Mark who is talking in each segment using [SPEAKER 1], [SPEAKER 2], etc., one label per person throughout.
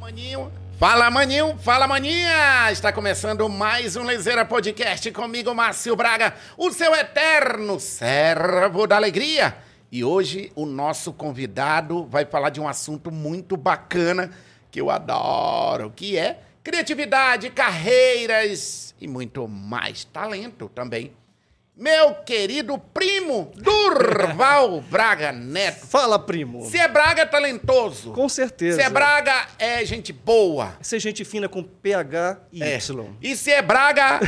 [SPEAKER 1] maninho. Fala, maninho! Fala, maninha! Está começando mais um Lezeira Podcast comigo, Márcio Braga, o seu eterno servo da alegria. E hoje o nosso convidado vai falar de um assunto muito bacana que eu adoro, que é criatividade, carreiras e muito mais talento também. Meu querido primo Durval Braga Neto.
[SPEAKER 2] Fala, primo.
[SPEAKER 1] Se é Braga, é talentoso.
[SPEAKER 2] Com certeza.
[SPEAKER 1] Se é Braga, é gente boa.
[SPEAKER 2] Ser gente fina com PH e
[SPEAKER 1] É.
[SPEAKER 2] Y.
[SPEAKER 1] E se é Braga,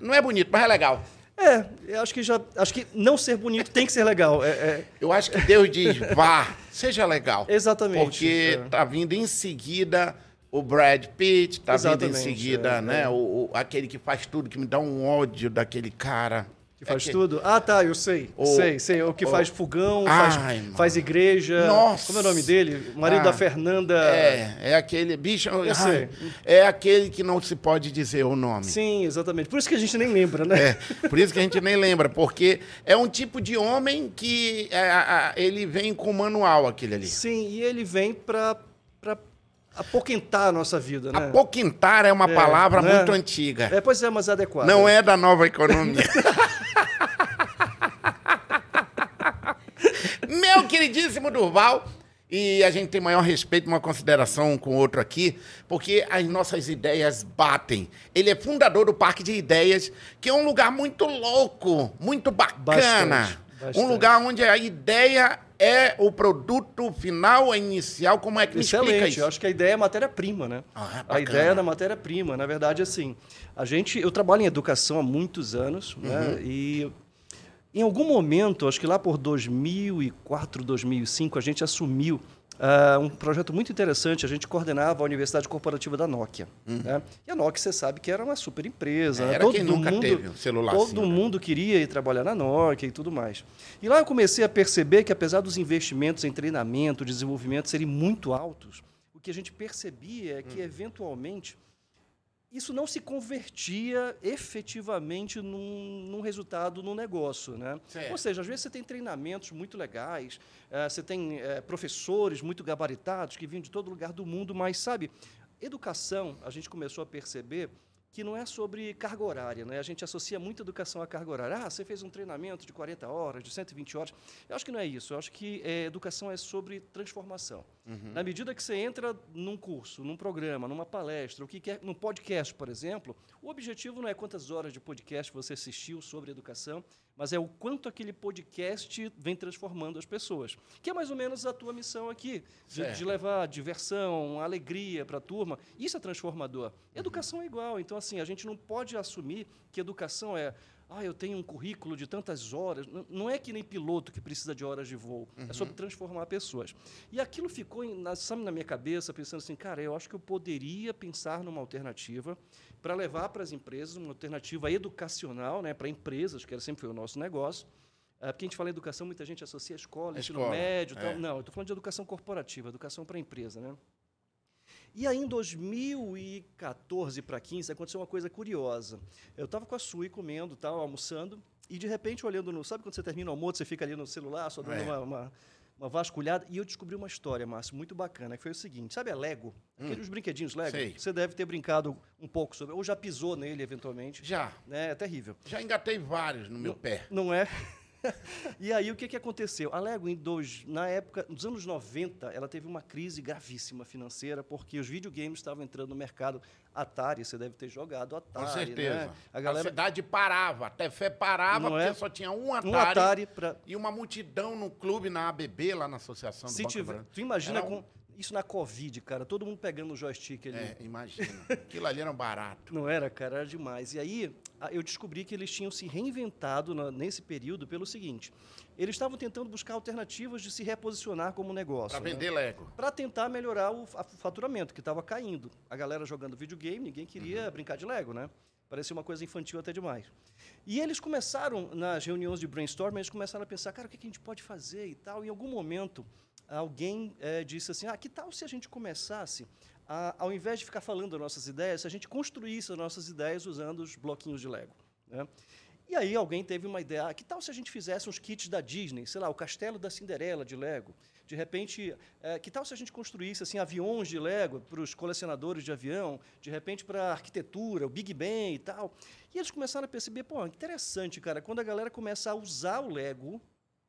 [SPEAKER 1] não é bonito, mas é legal.
[SPEAKER 2] É, eu acho que já. Acho que não ser bonito tem que ser legal. É,
[SPEAKER 1] Eu acho que Deus diz, vá, seja legal.
[SPEAKER 2] é, exatamente.
[SPEAKER 1] Porque
[SPEAKER 2] É.
[SPEAKER 1] tá vindo em seguida o Brad Pitt, tá vindo em
[SPEAKER 2] Exatamente,
[SPEAKER 1] seguida,
[SPEAKER 2] é,
[SPEAKER 1] né?
[SPEAKER 2] é.
[SPEAKER 1] O, o- aquele que faz tudo, que me dá um ódio daquele cara.
[SPEAKER 2] Que faz
[SPEAKER 1] É que-
[SPEAKER 2] tudo? Ah, tá, eu sei.
[SPEAKER 1] O-
[SPEAKER 2] sei, sei. O que faz fogão,
[SPEAKER 1] Ai,
[SPEAKER 2] faz,
[SPEAKER 1] mano.
[SPEAKER 2] faz igreja.
[SPEAKER 1] Nossa.
[SPEAKER 2] Como é o nome dele? O marido
[SPEAKER 1] Ah.
[SPEAKER 2] da Fernanda.
[SPEAKER 1] É, é aquele bicho. ai,
[SPEAKER 2] sei.
[SPEAKER 1] É aquele que não se pode dizer o nome.
[SPEAKER 2] Sim, exatamente. Por isso que a gente nem lembra, né?
[SPEAKER 1] É, por isso que a gente nem lembra, porque é um tipo de homem que é, a- a- ele vem com um manual, aquele ali.
[SPEAKER 2] Sim, e ele vem pra, pra apoquentar a nossa vida, né?
[SPEAKER 1] Apoquentar é uma palavra
[SPEAKER 2] né?
[SPEAKER 1] muito antiga.
[SPEAKER 2] É, pois é, mas é adequado.
[SPEAKER 1] Não é da nova economia. Meu queridíssimo Durval, e a gente tem maior respeito, uma consideração um com o outro aqui, porque as nossas ideias batem. Ele é fundador do Parque de Ideias, que é um lugar muito louco, muito bacana.
[SPEAKER 2] Bastante, bastante.
[SPEAKER 1] Um lugar onde a ideia é o produto final, a inicial. Como é que me explica
[SPEAKER 2] Excelente,
[SPEAKER 1] isso?
[SPEAKER 2] eu acho que a ideia é matéria-prima, né?
[SPEAKER 1] Ah,
[SPEAKER 2] a
[SPEAKER 1] bacana.
[SPEAKER 2] ideia da matéria-prima, na verdade, assim, a gente, eu trabalho em educação há muitos anos,
[SPEAKER 1] Uhum.
[SPEAKER 2] né? E em algum momento, acho que lá por 2004, 2005, a gente assumiu ah, um projeto muito interessante. A gente coordenava a Universidade Corporativa da Nokia. né? E a Nokia, você sabe que era uma super empresa. né?
[SPEAKER 1] Uhum. É, Era
[SPEAKER 2] Todo
[SPEAKER 1] quem nunca
[SPEAKER 2] mundo,
[SPEAKER 1] teve um celular
[SPEAKER 2] Todo
[SPEAKER 1] assim, né?
[SPEAKER 2] mundo queria ir trabalhar na Nokia e tudo mais. E lá eu comecei a perceber que, apesar dos investimentos em treinamento, desenvolvimento serem muito altos, o que a gente percebia é que,
[SPEAKER 1] Hum.
[SPEAKER 2] eventualmente, isso não se convertia efetivamente num, num resultado no negócio, né?
[SPEAKER 1] Certo.
[SPEAKER 2] Ou seja, às vezes você tem treinamentos muito legais, eh, você tem eh, professores muito gabaritados que vinham de todo lugar do mundo, mas sabe, educação a gente começou a perceber que não é sobre carga horária, né? A gente associa muito educação à carga horária. Ah, você fez um treinamento de 40 horas, de 120 horas. Eu acho que não é isso. Eu acho que eh, educação é sobre transformação. Na medida que você entra num curso, num programa, numa palestra, o que quer, num podcast, por exemplo, o objetivo não é quantas horas de podcast você assistiu sobre educação, mas é o quanto aquele podcast vem transformando as pessoas. Que é mais ou menos a tua missão aqui, de,
[SPEAKER 1] Certo.
[SPEAKER 2] de levar diversão, alegria para a turma. Isso é transformador. Educação é igual. Então, assim, a gente não pode assumir que educação é. Ah, eu tenho um currículo de tantas horas. N- Não é que nem piloto que precisa de horas de voo. É sobre transformar pessoas. E aquilo ficou em- na, sabe, na minha cabeça, pensando assim, cara, eu acho que eu poderia pensar numa alternativa para levar para as empresas, uma alternativa educacional, né, para empresas, que era, sempre foi o nosso negócio. Ah, porque a gente fala em educação, muita gente associa a escola,
[SPEAKER 1] A
[SPEAKER 2] ensino
[SPEAKER 1] escola,
[SPEAKER 2] médio. Tal.
[SPEAKER 1] é.
[SPEAKER 2] Não, eu estou falando de educação corporativa, educação para empresa. Né? E aí, em 2014 para 15 aconteceu uma coisa curiosa. Eu estava com a Sui comendo, tal, almoçando, e de repente olhando no. Sabe quando você termina o almoço, você fica ali no celular, só dando
[SPEAKER 1] É.
[SPEAKER 2] uma, uma, uma vasculhada? E eu descobri uma história, Márcio, muito bacana, que foi o seguinte: sabe a Lego? Aqueles brinquedinhos Lego?
[SPEAKER 1] Hum. Sei.
[SPEAKER 2] Você deve ter brincado um pouco sobre, ou já pisou nele eventualmente.
[SPEAKER 1] Já,
[SPEAKER 2] Né? É terrível.
[SPEAKER 1] já engatei vários no meu pé.
[SPEAKER 2] Não é? E aí, o que, que aconteceu? A Lego, em dois, na época, nos anos 90, ela teve uma crise gravíssima financeira, porque os videogames estavam entrando no mercado. Atari, você deve ter jogado Atari,
[SPEAKER 1] Com certeza.
[SPEAKER 2] né?
[SPEAKER 1] A,
[SPEAKER 2] A galera...
[SPEAKER 1] cidade parava, até fé parava,
[SPEAKER 2] Não
[SPEAKER 1] porque
[SPEAKER 2] é?
[SPEAKER 1] só tinha um Atari,
[SPEAKER 2] Um Atari para...
[SPEAKER 1] e uma multidão no clube, na ABB, lá na Associação do
[SPEAKER 2] Se
[SPEAKER 1] Banco
[SPEAKER 2] tiver,
[SPEAKER 1] Brasileiro.
[SPEAKER 2] tu imagina
[SPEAKER 1] Era um-
[SPEAKER 2] com, isso na Covid, cara, todo mundo pegando o joystick ali.
[SPEAKER 1] É, imagina. Aquilo ali era um barato.
[SPEAKER 2] Não era, cara, era demais. E aí a- eu descobri que eles tinham se reinventado na- nesse período pelo seguinte: eles estavam tentando buscar alternativas de se reposicionar como negócio.
[SPEAKER 1] Pra
[SPEAKER 2] né?
[SPEAKER 1] vender Lego.
[SPEAKER 2] para tentar melhorar o fa- faturamento, que estava caindo. A galera jogando videogame, ninguém queria brincar de Lego, né? Parecia uma coisa infantil até demais. E eles começaram, nas reuniões de brainstorming, eles começaram a pensar, cara, o que que a gente pode fazer e tal. Em algum momento, alguém eh, disse assim, ah, que tal se a gente começasse, a, ao invés de ficar falando as nossas ideias, se a gente construísse as nossas ideias usando os bloquinhos de Lego, né? E aí alguém teve uma ideia, ah, que tal se a gente fizesse uns kits da Disney, sei lá, o Castelo da Cinderela de Lego. De repente, eh, que tal se a gente construísse assim aviões de Lego para os colecionadores de avião, de repente para a arquitetura, o Big Ben e tal. E eles começaram a perceber, pô, interessante, cara, quando a galera começa a usar o Lego,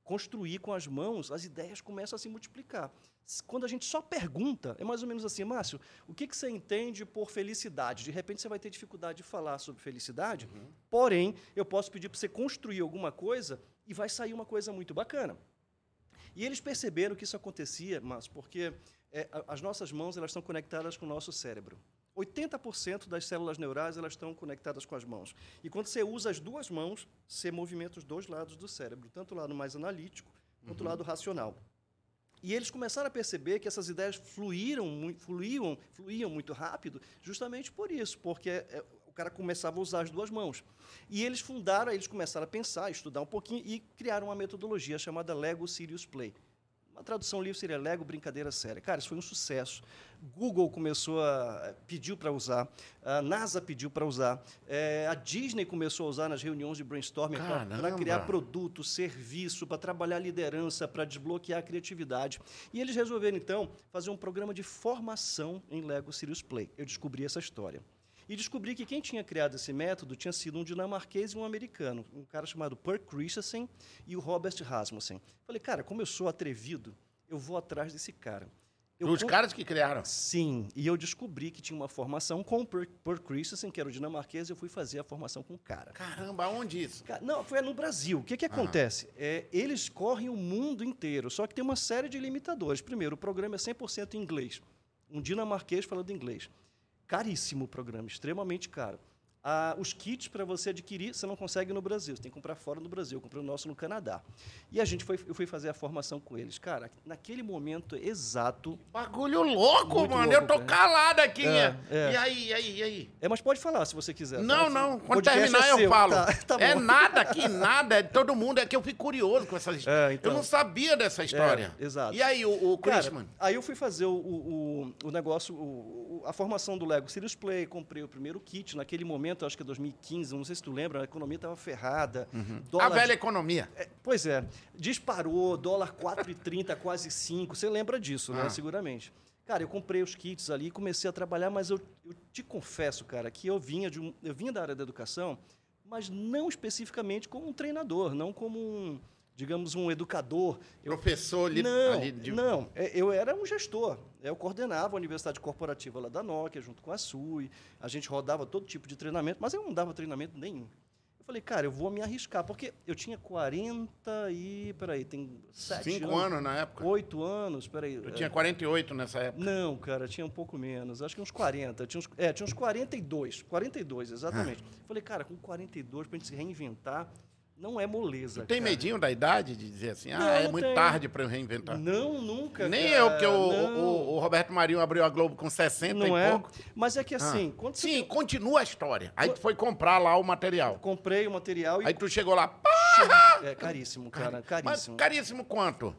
[SPEAKER 2] construir com as mãos, as ideias começam a se multiplicar. S- Quando a gente só pergunta, é mais ou menos assim, Márcio, o que, que você entende por felicidade? De repente você vai ter dificuldade de falar sobre felicidade, porém, eu posso pedir para você construir alguma coisa e vai sair uma coisa muito bacana. E eles perceberam que isso acontecia, Márcio, porque é, a- as nossas mãos elas estão conectadas com o nosso cérebro. 80% das células neurais elas estão conectadas com as mãos. E quando você usa as duas mãos, você movimenta os dois lados do cérebro, tanto o lado mais analítico quanto o lado racional. E eles começaram a perceber que essas ideias fluíram, mui- fluíam, fluíam muito rápido, justamente por isso, porque é, o cara começava a usar as duas mãos. E eles fundaram, aí eles começaram a pensar, estudar um pouquinho e criaram uma metodologia chamada Lego Serious Play. Uma tradução livre seria Lego Brincadeira Séria. Cara, isso foi um sucesso. Google começou a pediu para usar, a NASA pediu para usar, eh, a Disney começou a usar nas reuniões de brainstorming para
[SPEAKER 1] Caramba!
[SPEAKER 2] criar produto, serviço, para trabalhar liderança, para desbloquear a criatividade. E eles resolveram, então, fazer um programa de formação em Lego Serious Play. Eu descobri essa história. E descobri que quem tinha criado esse método tinha sido um dinamarquês e um americano, um cara chamado Per Christensen e o Robert Rasmussen. Falei, cara, como eu sou atrevido, eu vou atrás desse cara. Eu
[SPEAKER 1] Os
[SPEAKER 2] con-
[SPEAKER 1] caras que criaram.
[SPEAKER 2] Sim, e eu descobri que tinha uma formação com o Per, per Christensen, que era o dinamarquês, e eu fui fazer a formação com o cara.
[SPEAKER 1] Caramba, onde isso?
[SPEAKER 2] Cara, Não, foi no Brasil. O que, que
[SPEAKER 1] Aham.
[SPEAKER 2] acontece? É, eles correm o mundo inteiro, só que tem uma série de limitadores. Primeiro, o programa é 100% em inglês. Um dinamarquês falando inglês. Caríssimo o programa, extremamente caro. Ah, os kits para você adquirir, você não consegue no Brasil. Você tem que comprar fora do Brasil. Eu comprei o nosso no Canadá. E a gente foi, eu fui fazer a formação com eles. Cara, naquele momento exato...
[SPEAKER 1] Bagulho louco,
[SPEAKER 2] Muito
[SPEAKER 1] mano.
[SPEAKER 2] louco,
[SPEAKER 1] eu tô
[SPEAKER 2] cara.
[SPEAKER 1] calado aqui. né?
[SPEAKER 2] É, é.
[SPEAKER 1] E aí, e aí, e aí?
[SPEAKER 2] É, mas pode falar se você quiser.
[SPEAKER 1] Não,
[SPEAKER 2] Tá?
[SPEAKER 1] não.
[SPEAKER 2] O
[SPEAKER 1] Quando
[SPEAKER 2] podcast
[SPEAKER 1] terminar
[SPEAKER 2] é
[SPEAKER 1] eu
[SPEAKER 2] seu.
[SPEAKER 1] falo.
[SPEAKER 2] Tá, tá
[SPEAKER 1] É
[SPEAKER 2] bom.
[SPEAKER 1] nada que nada. É todo mundo. É que eu fico curioso com essas
[SPEAKER 2] É, então.
[SPEAKER 1] Eu não sabia dessa história.
[SPEAKER 2] É, exato.
[SPEAKER 1] E aí, o, o
[SPEAKER 2] Cara,
[SPEAKER 1] Chrisman?
[SPEAKER 2] aí eu fui fazer o, o, o- o negócio, o- o- a formação do Lego Serious Play, comprei o primeiro kit. Naquele momento, acho que é 2015, eu não sei se tu lembra, a economia estava ferrada.
[SPEAKER 1] Uhum. A
[SPEAKER 2] dólar-
[SPEAKER 1] velha economia.
[SPEAKER 2] é, pois é, disparou, dólar 4,30, quase 5. Você lembra disso, né?
[SPEAKER 1] Ah.
[SPEAKER 2] Seguramente. Cara, eu comprei os kits ali, comecei a trabalhar, mas eu, eu te confesso, cara, que eu vinha, de um, eu vinha da área da educação, mas não especificamente como um treinador, não como um, digamos, um educador. Eu
[SPEAKER 1] Professor ali,
[SPEAKER 2] não,
[SPEAKER 1] ali de-
[SPEAKER 2] não. É, Eu era um gestor. Eu coordenava a universidade corporativa lá da Nokia, junto com a SUI. A gente rodava todo tipo de treinamento, mas eu não dava treinamento nenhum. Eu falei, cara, eu vou me arriscar, porque eu tinha 40 e... Peraí, tem 7
[SPEAKER 1] Cinco
[SPEAKER 2] anos.
[SPEAKER 1] anos na época.
[SPEAKER 2] 8 anos, peraí.
[SPEAKER 1] Eu tinha 48 nessa época.
[SPEAKER 2] Não, cara, tinha um pouco menos. Acho que uns 40. Tinha uns, é, tinha uns 42. 42, exatamente.
[SPEAKER 1] Ah.
[SPEAKER 2] Falei, cara, com 42, pra gente se reinventar, não é moleza,
[SPEAKER 1] Tem
[SPEAKER 2] cara.
[SPEAKER 1] medinho da idade de dizer assim, ah,
[SPEAKER 2] Não,
[SPEAKER 1] é
[SPEAKER 2] não
[SPEAKER 1] muito
[SPEAKER 2] tenho.
[SPEAKER 1] tarde pra eu reinventar.
[SPEAKER 2] Não, nunca,
[SPEAKER 1] tá?" Nem
[SPEAKER 2] cara,
[SPEAKER 1] eu, porque o,
[SPEAKER 2] não.
[SPEAKER 1] o- o Roberto Marinho abriu a Globo com 60
[SPEAKER 2] não
[SPEAKER 1] e
[SPEAKER 2] é?
[SPEAKER 1] pouco.
[SPEAKER 2] Mas é que assim,
[SPEAKER 1] Ah.
[SPEAKER 2] quando você
[SPEAKER 1] Sim, continua a história. Aí tu foi comprar lá o material.
[SPEAKER 2] comprei o material e
[SPEAKER 1] Aí tu chegou lá, pá,
[SPEAKER 2] é caríssimo, cara,
[SPEAKER 1] mas
[SPEAKER 2] caríssimo.
[SPEAKER 1] caríssimo quanto?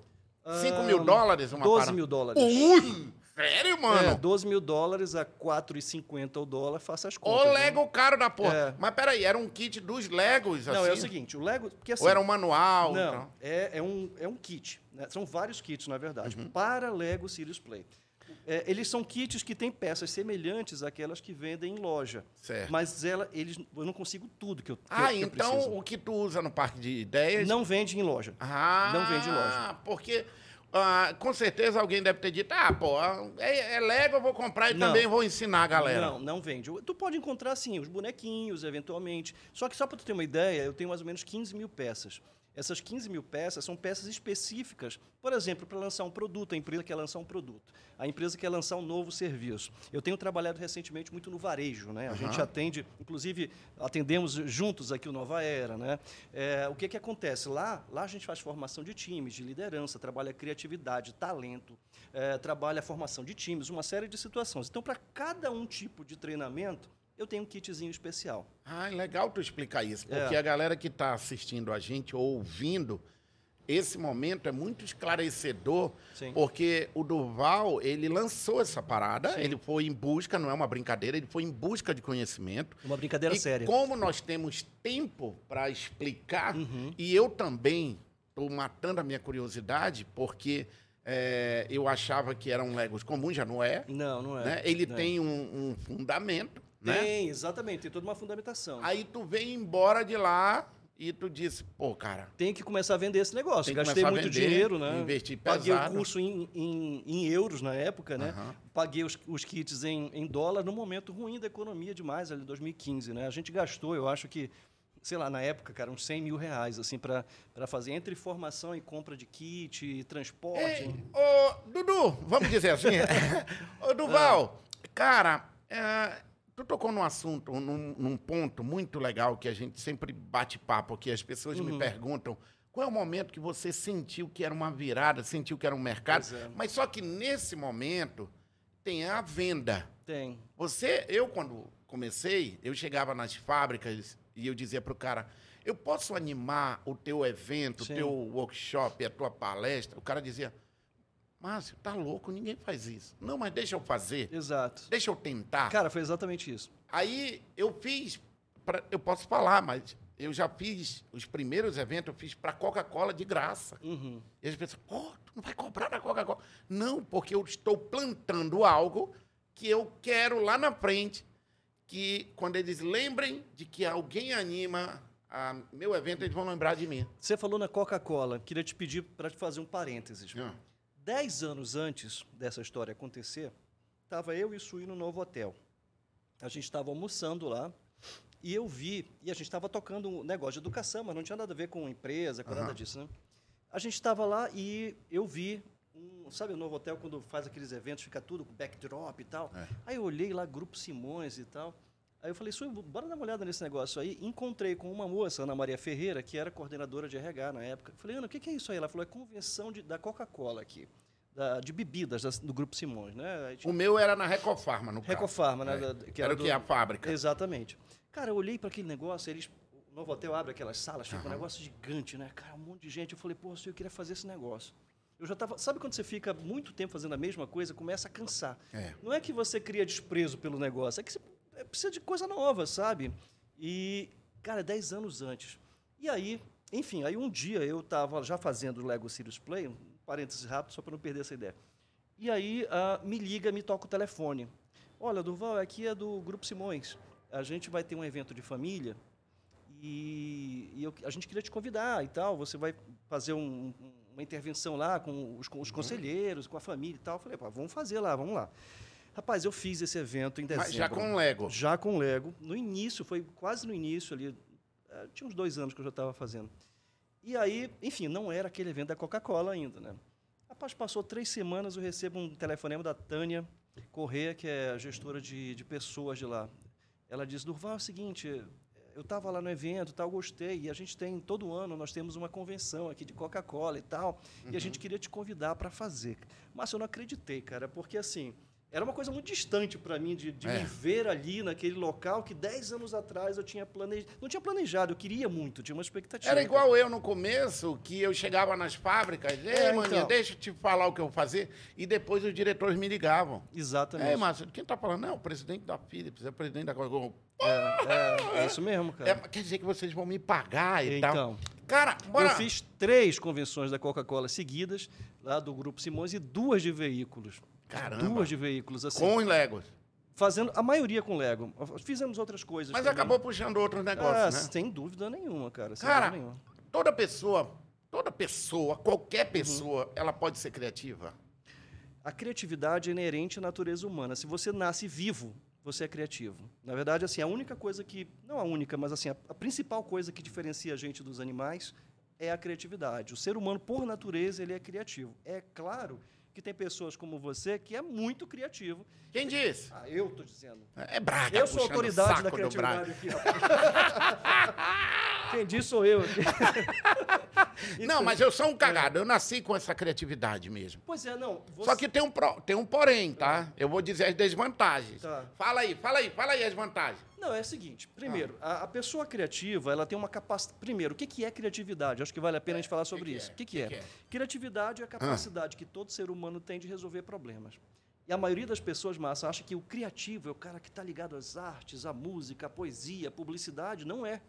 [SPEAKER 1] 5
[SPEAKER 2] Ah,
[SPEAKER 1] mil dólares uma
[SPEAKER 2] 12
[SPEAKER 1] parada? Um
[SPEAKER 2] mil dólares.
[SPEAKER 1] Ui, sério,
[SPEAKER 2] É,
[SPEAKER 1] mano?
[SPEAKER 2] 12 mil dólares a 4,50 o dólar, faça as
[SPEAKER 1] Ô
[SPEAKER 2] contas. né?
[SPEAKER 1] Lego caro da porra.
[SPEAKER 2] É.
[SPEAKER 1] Mas peraí, era um kit dos Legos, assim?
[SPEAKER 2] Não, é o seguinte, o Lego... Porque, assim,
[SPEAKER 1] Ou era um manual?
[SPEAKER 2] Não,
[SPEAKER 1] então?
[SPEAKER 2] é, é um, é um kit. né? São vários kits, na verdade,
[SPEAKER 1] Uhum.
[SPEAKER 2] para Lego Serious Play. É, eles são kits que têm peças semelhantes àquelas que vendem em loja.
[SPEAKER 1] Certo.
[SPEAKER 2] Mas ela, eles, eu não consigo tudo que eu, que eu-
[SPEAKER 1] ah,
[SPEAKER 2] que eu
[SPEAKER 1] então
[SPEAKER 2] preciso.
[SPEAKER 1] o que tu usa no parque de ideias...
[SPEAKER 2] Não vende em loja.
[SPEAKER 1] Ah,
[SPEAKER 2] Não vende em loja.
[SPEAKER 1] Porque ah, com certeza alguém deve ter dito: ah, pô, é, é Lego, eu vou comprar e
[SPEAKER 2] Não.
[SPEAKER 1] também vou ensinar a galera.
[SPEAKER 2] Não, não vende. Tu pode encontrar, sim, os bonequinhos, eventualmente. Só que só para tu ter uma ideia, eu tenho mais ou menos 15 mil peças. Essas 15 mil peças são peças específicas. Por exemplo, para lançar um produto, a empresa quer lançar um produto. A empresa quer lançar um novo serviço. Eu tenho trabalhado recentemente muito no varejo, né? A gente atende, inclusive, atendemos juntos aqui o Nova Era, né? É, o que que acontece? Lá, lá a gente faz formação de times, de liderança, trabalha criatividade, talento, é, trabalha a formação de times, uma série de situações. Então, para cada um tipo de treinamento, eu tenho um kitzinho especial.
[SPEAKER 1] Ah, legal tu é explicar isso, porque
[SPEAKER 2] É.
[SPEAKER 1] a galera que tá assistindo a gente ou ouvindo esse momento é muito esclarecedor,
[SPEAKER 2] Sim.
[SPEAKER 1] porque o Durval, ele lançou essa parada,
[SPEAKER 2] Sim.
[SPEAKER 1] ele foi em busca, não é uma brincadeira, ele foi em busca de conhecimento.
[SPEAKER 2] Uma brincadeira
[SPEAKER 1] e
[SPEAKER 2] séria.
[SPEAKER 1] como nós temos tempo para explicar,
[SPEAKER 2] Uhum.
[SPEAKER 1] e eu também estou matando a minha curiosidade, porque é, eu achava que eram Legos comuns, já não é.
[SPEAKER 2] Não, não é.
[SPEAKER 1] né? Ele
[SPEAKER 2] Não é.
[SPEAKER 1] tem um, um fundamento, né?
[SPEAKER 2] Tem, exatamente, tem toda uma fundamentação.
[SPEAKER 1] Aí tu vem embora de lá e tu disse, pô, cara,
[SPEAKER 2] Tem que começar a vender esse negócio.
[SPEAKER 1] Tem que
[SPEAKER 2] Gastei
[SPEAKER 1] começar a
[SPEAKER 2] muito
[SPEAKER 1] vender,
[SPEAKER 2] dinheiro, né?
[SPEAKER 1] investir
[SPEAKER 2] Paguei o
[SPEAKER 1] pesado.
[SPEAKER 2] curso em, em, em euros na época, né?
[SPEAKER 1] Aham.
[SPEAKER 2] Paguei os, os kits em, em dólar num momento ruim da economia demais, ali em 2015, né? A gente gastou, eu acho que, sei lá, na época, cara, uns 100 mil reais, assim, para fazer entre formação e compra de kit, e transporte.
[SPEAKER 1] Ei, ô, Dudu, vamos dizer assim. ô, Duval, cara, é, tu tocou num assunto, num, num ponto muito legal que a gente sempre bate papo aqui. As pessoas
[SPEAKER 2] Uhum.
[SPEAKER 1] me perguntam qual é o momento que você sentiu que era uma virada, sentiu que era um mercado.
[SPEAKER 2] Pois é.
[SPEAKER 1] Mas só que nesse momento tem a venda.
[SPEAKER 2] Tem.
[SPEAKER 1] Você, eu quando comecei, eu chegava nas fábricas e eu dizia pro cara, eu posso animar o teu evento, o
[SPEAKER 2] Sim.
[SPEAKER 1] teu workshop, a tua palestra? O cara dizia, Márcio, tá louco, ninguém faz isso. Não, mas deixa eu fazer,
[SPEAKER 2] Exato.
[SPEAKER 1] deixa eu tentar.
[SPEAKER 2] Cara, foi exatamente isso.
[SPEAKER 1] Aí eu fiz, pra- eu posso falar, mas eu já fiz os primeiros eventos, eu fiz para Coca-Cola de graça.
[SPEAKER 2] Uhum.
[SPEAKER 1] E as pessoas, oh, tu não vai comprar na Coca-Cola. Não, porque eu estou plantando algo que eu quero lá na frente, que quando eles lembrem de que alguém anima a meu evento, eles vão lembrar de mim.
[SPEAKER 2] Você falou na Coca-Cola. Queria te pedir para te fazer um parênteses.
[SPEAKER 1] Ah,
[SPEAKER 2] Dez anos antes dessa história acontecer, estava eu e o Sui no novo hotel. A gente estava almoçando lá e eu vi, e a gente estava tocando um negócio de educação, mas não tinha nada a ver com empresa, com nada
[SPEAKER 1] Aham.
[SPEAKER 2] disso, né? A gente estava lá e eu vi, um, sabe o novo hotel quando faz aqueles eventos, fica tudo com backdrop e tal.
[SPEAKER 1] É.
[SPEAKER 2] Aí eu olhei lá, Grupo Simões e tal. Aí eu falei, Sui, bora dar uma olhada nesse negócio aí. Encontrei com uma moça, Ana Maria Ferreira, que era coordenadora de RH na época. Falei, Ana, o que que é isso aí? Ela falou, é convenção de- da Coca-Cola aqui, da- de bebidas das- do Grupo Simões, né? Aí tinha
[SPEAKER 1] O meu era na Recofarma, no caso.
[SPEAKER 2] Recofarma, né?
[SPEAKER 1] É.
[SPEAKER 2] da- Que
[SPEAKER 1] era o
[SPEAKER 2] do-
[SPEAKER 1] que? A fábrica.
[SPEAKER 2] Exatamente. Cara, eu olhei para aquele negócio, eles. O novo hotel abre aquelas salas, fica um negócio gigante, né? Cara, um monte de gente. Eu falei, pô, senhor, eu queria fazer esse negócio. Eu já tava. Sabe quando você fica muito tempo fazendo a mesma coisa, começa a cansar.
[SPEAKER 1] É.
[SPEAKER 2] Não é que você cria desprezo pelo negócio, é que você é, precisa de coisa nova, sabe? E, cara, 10 anos antes. E aí, enfim, aí um dia eu estava já fazendo o Lego Serious Play, um parênteses rápido, só para não perder essa ideia. E aí ah, me liga, me toca o telefone. Olha, Durval, aqui é do Grupo Simões. A gente vai ter um evento de família e, e eu- a gente queria te convidar e tal. Você vai fazer um- um- uma intervenção lá com os, com
[SPEAKER 1] Uhum.
[SPEAKER 2] os conselheiros, com a família e tal. Eu falei, pá, vamos fazer lá, vamos lá. Rapaz, eu fiz esse evento em dezembro.
[SPEAKER 1] Mas já com Lego.
[SPEAKER 2] Já com Lego. No início, foi quase no início ali. eh, Tinha uns dois anos que eu já estava fazendo. E aí, enfim, não era aquele evento da Coca-Cola ainda, né? Rapaz, passou três semanas, eu recebo um telefonema da Tânia Corrêa, que é a gestora de, de pessoas de lá. Ela diz, Durval, é o seguinte, eu estava lá no evento, e tal, gostei, e a gente tem, todo ano, nós temos uma convenção aqui de Coca-Cola e tal,
[SPEAKER 1] Uhum.
[SPEAKER 2] e a gente queria te convidar para fazer. Mas eu não acreditei, cara, porque assim, era uma coisa muito distante para mim de, de
[SPEAKER 1] É.
[SPEAKER 2] me ver ali naquele local que dez anos atrás eu tinha planejado, não tinha planejado, eu queria muito, tinha uma expectativa.
[SPEAKER 1] Era igual eu no começo, que eu chegava nas fábricas, ei,
[SPEAKER 2] É,
[SPEAKER 1] maninha,
[SPEAKER 2] então.
[SPEAKER 1] deixa eu te falar o que eu vou fazer. E depois os diretores me ligavam.
[SPEAKER 2] Exatamente.
[SPEAKER 1] É, Márcio, quem tá falando? Não, o presidente da Philips, é o presidente da Coca-Cola.
[SPEAKER 2] É, é, é isso mesmo, cara.
[SPEAKER 1] É, quer dizer que vocês vão me pagar e tal.
[SPEAKER 2] então,
[SPEAKER 1] Cara, bora.
[SPEAKER 2] eu fiz três convenções da Coca-Cola seguidas, lá do Grupo Simões, e duas de veículos.
[SPEAKER 1] Caramba.
[SPEAKER 2] Duas de veículos, assim.
[SPEAKER 1] Com os Legos.
[SPEAKER 2] Fazendo a maioria com Lego. Fizemos outras coisas.
[SPEAKER 1] Mas
[SPEAKER 2] também.
[SPEAKER 1] acabou puxando outros
[SPEAKER 2] Ah,
[SPEAKER 1] negócios, né?
[SPEAKER 2] Sem dúvida nenhuma, cara. Sem
[SPEAKER 1] Cara,
[SPEAKER 2] dúvida nenhuma.
[SPEAKER 1] Toda pessoa, toda pessoa,
[SPEAKER 2] Uhum.
[SPEAKER 1] qualquer pessoa, ela pode ser criativa.
[SPEAKER 2] A criatividade é inerente à natureza humana. Se você nasce vivo, você é criativo. Na verdade, assim, a única coisa que não a única, mas assim, a, a principal coisa que diferencia a gente dos animais é a criatividade. O ser humano, por natureza, ele é criativo. É claro que tem pessoas como você que é muito criativo.
[SPEAKER 1] Quem disse?
[SPEAKER 2] Ah, eu tô dizendo.
[SPEAKER 1] É Braga.
[SPEAKER 2] Eu sou
[SPEAKER 1] puxando o
[SPEAKER 2] autoridade
[SPEAKER 1] saco
[SPEAKER 2] da
[SPEAKER 1] do Braga.
[SPEAKER 2] criatividade aqui, rapaz. Quem diz sou eu. é
[SPEAKER 1] Não, mas eu sou um cagado. Eu nasci com essa criatividade mesmo.
[SPEAKER 2] Pois é, não.
[SPEAKER 1] Só que tem um, pro- tem um porém, tá? Eu vou dizer as desvantagens.
[SPEAKER 2] É. Tá.
[SPEAKER 1] Fala aí, fala aí, fala aí as vantagens.
[SPEAKER 2] Não, é o seguinte. Primeiro,
[SPEAKER 1] Ah.
[SPEAKER 2] a, a pessoa criativa, ela tem uma capacidade... Primeiro, o que, que é criatividade? Acho que vale a pena a gente falar sobre
[SPEAKER 1] que
[SPEAKER 2] isso.
[SPEAKER 1] é?
[SPEAKER 2] O que, que,
[SPEAKER 1] Que
[SPEAKER 2] é?
[SPEAKER 1] que é?
[SPEAKER 2] Criatividade é a capacidade que todo ser humano tem de resolver problemas. E a maioria das pessoas, Massa, acha que o criativo é o cara que está ligado às artes, à música, à poesia, à publicidade. Não é.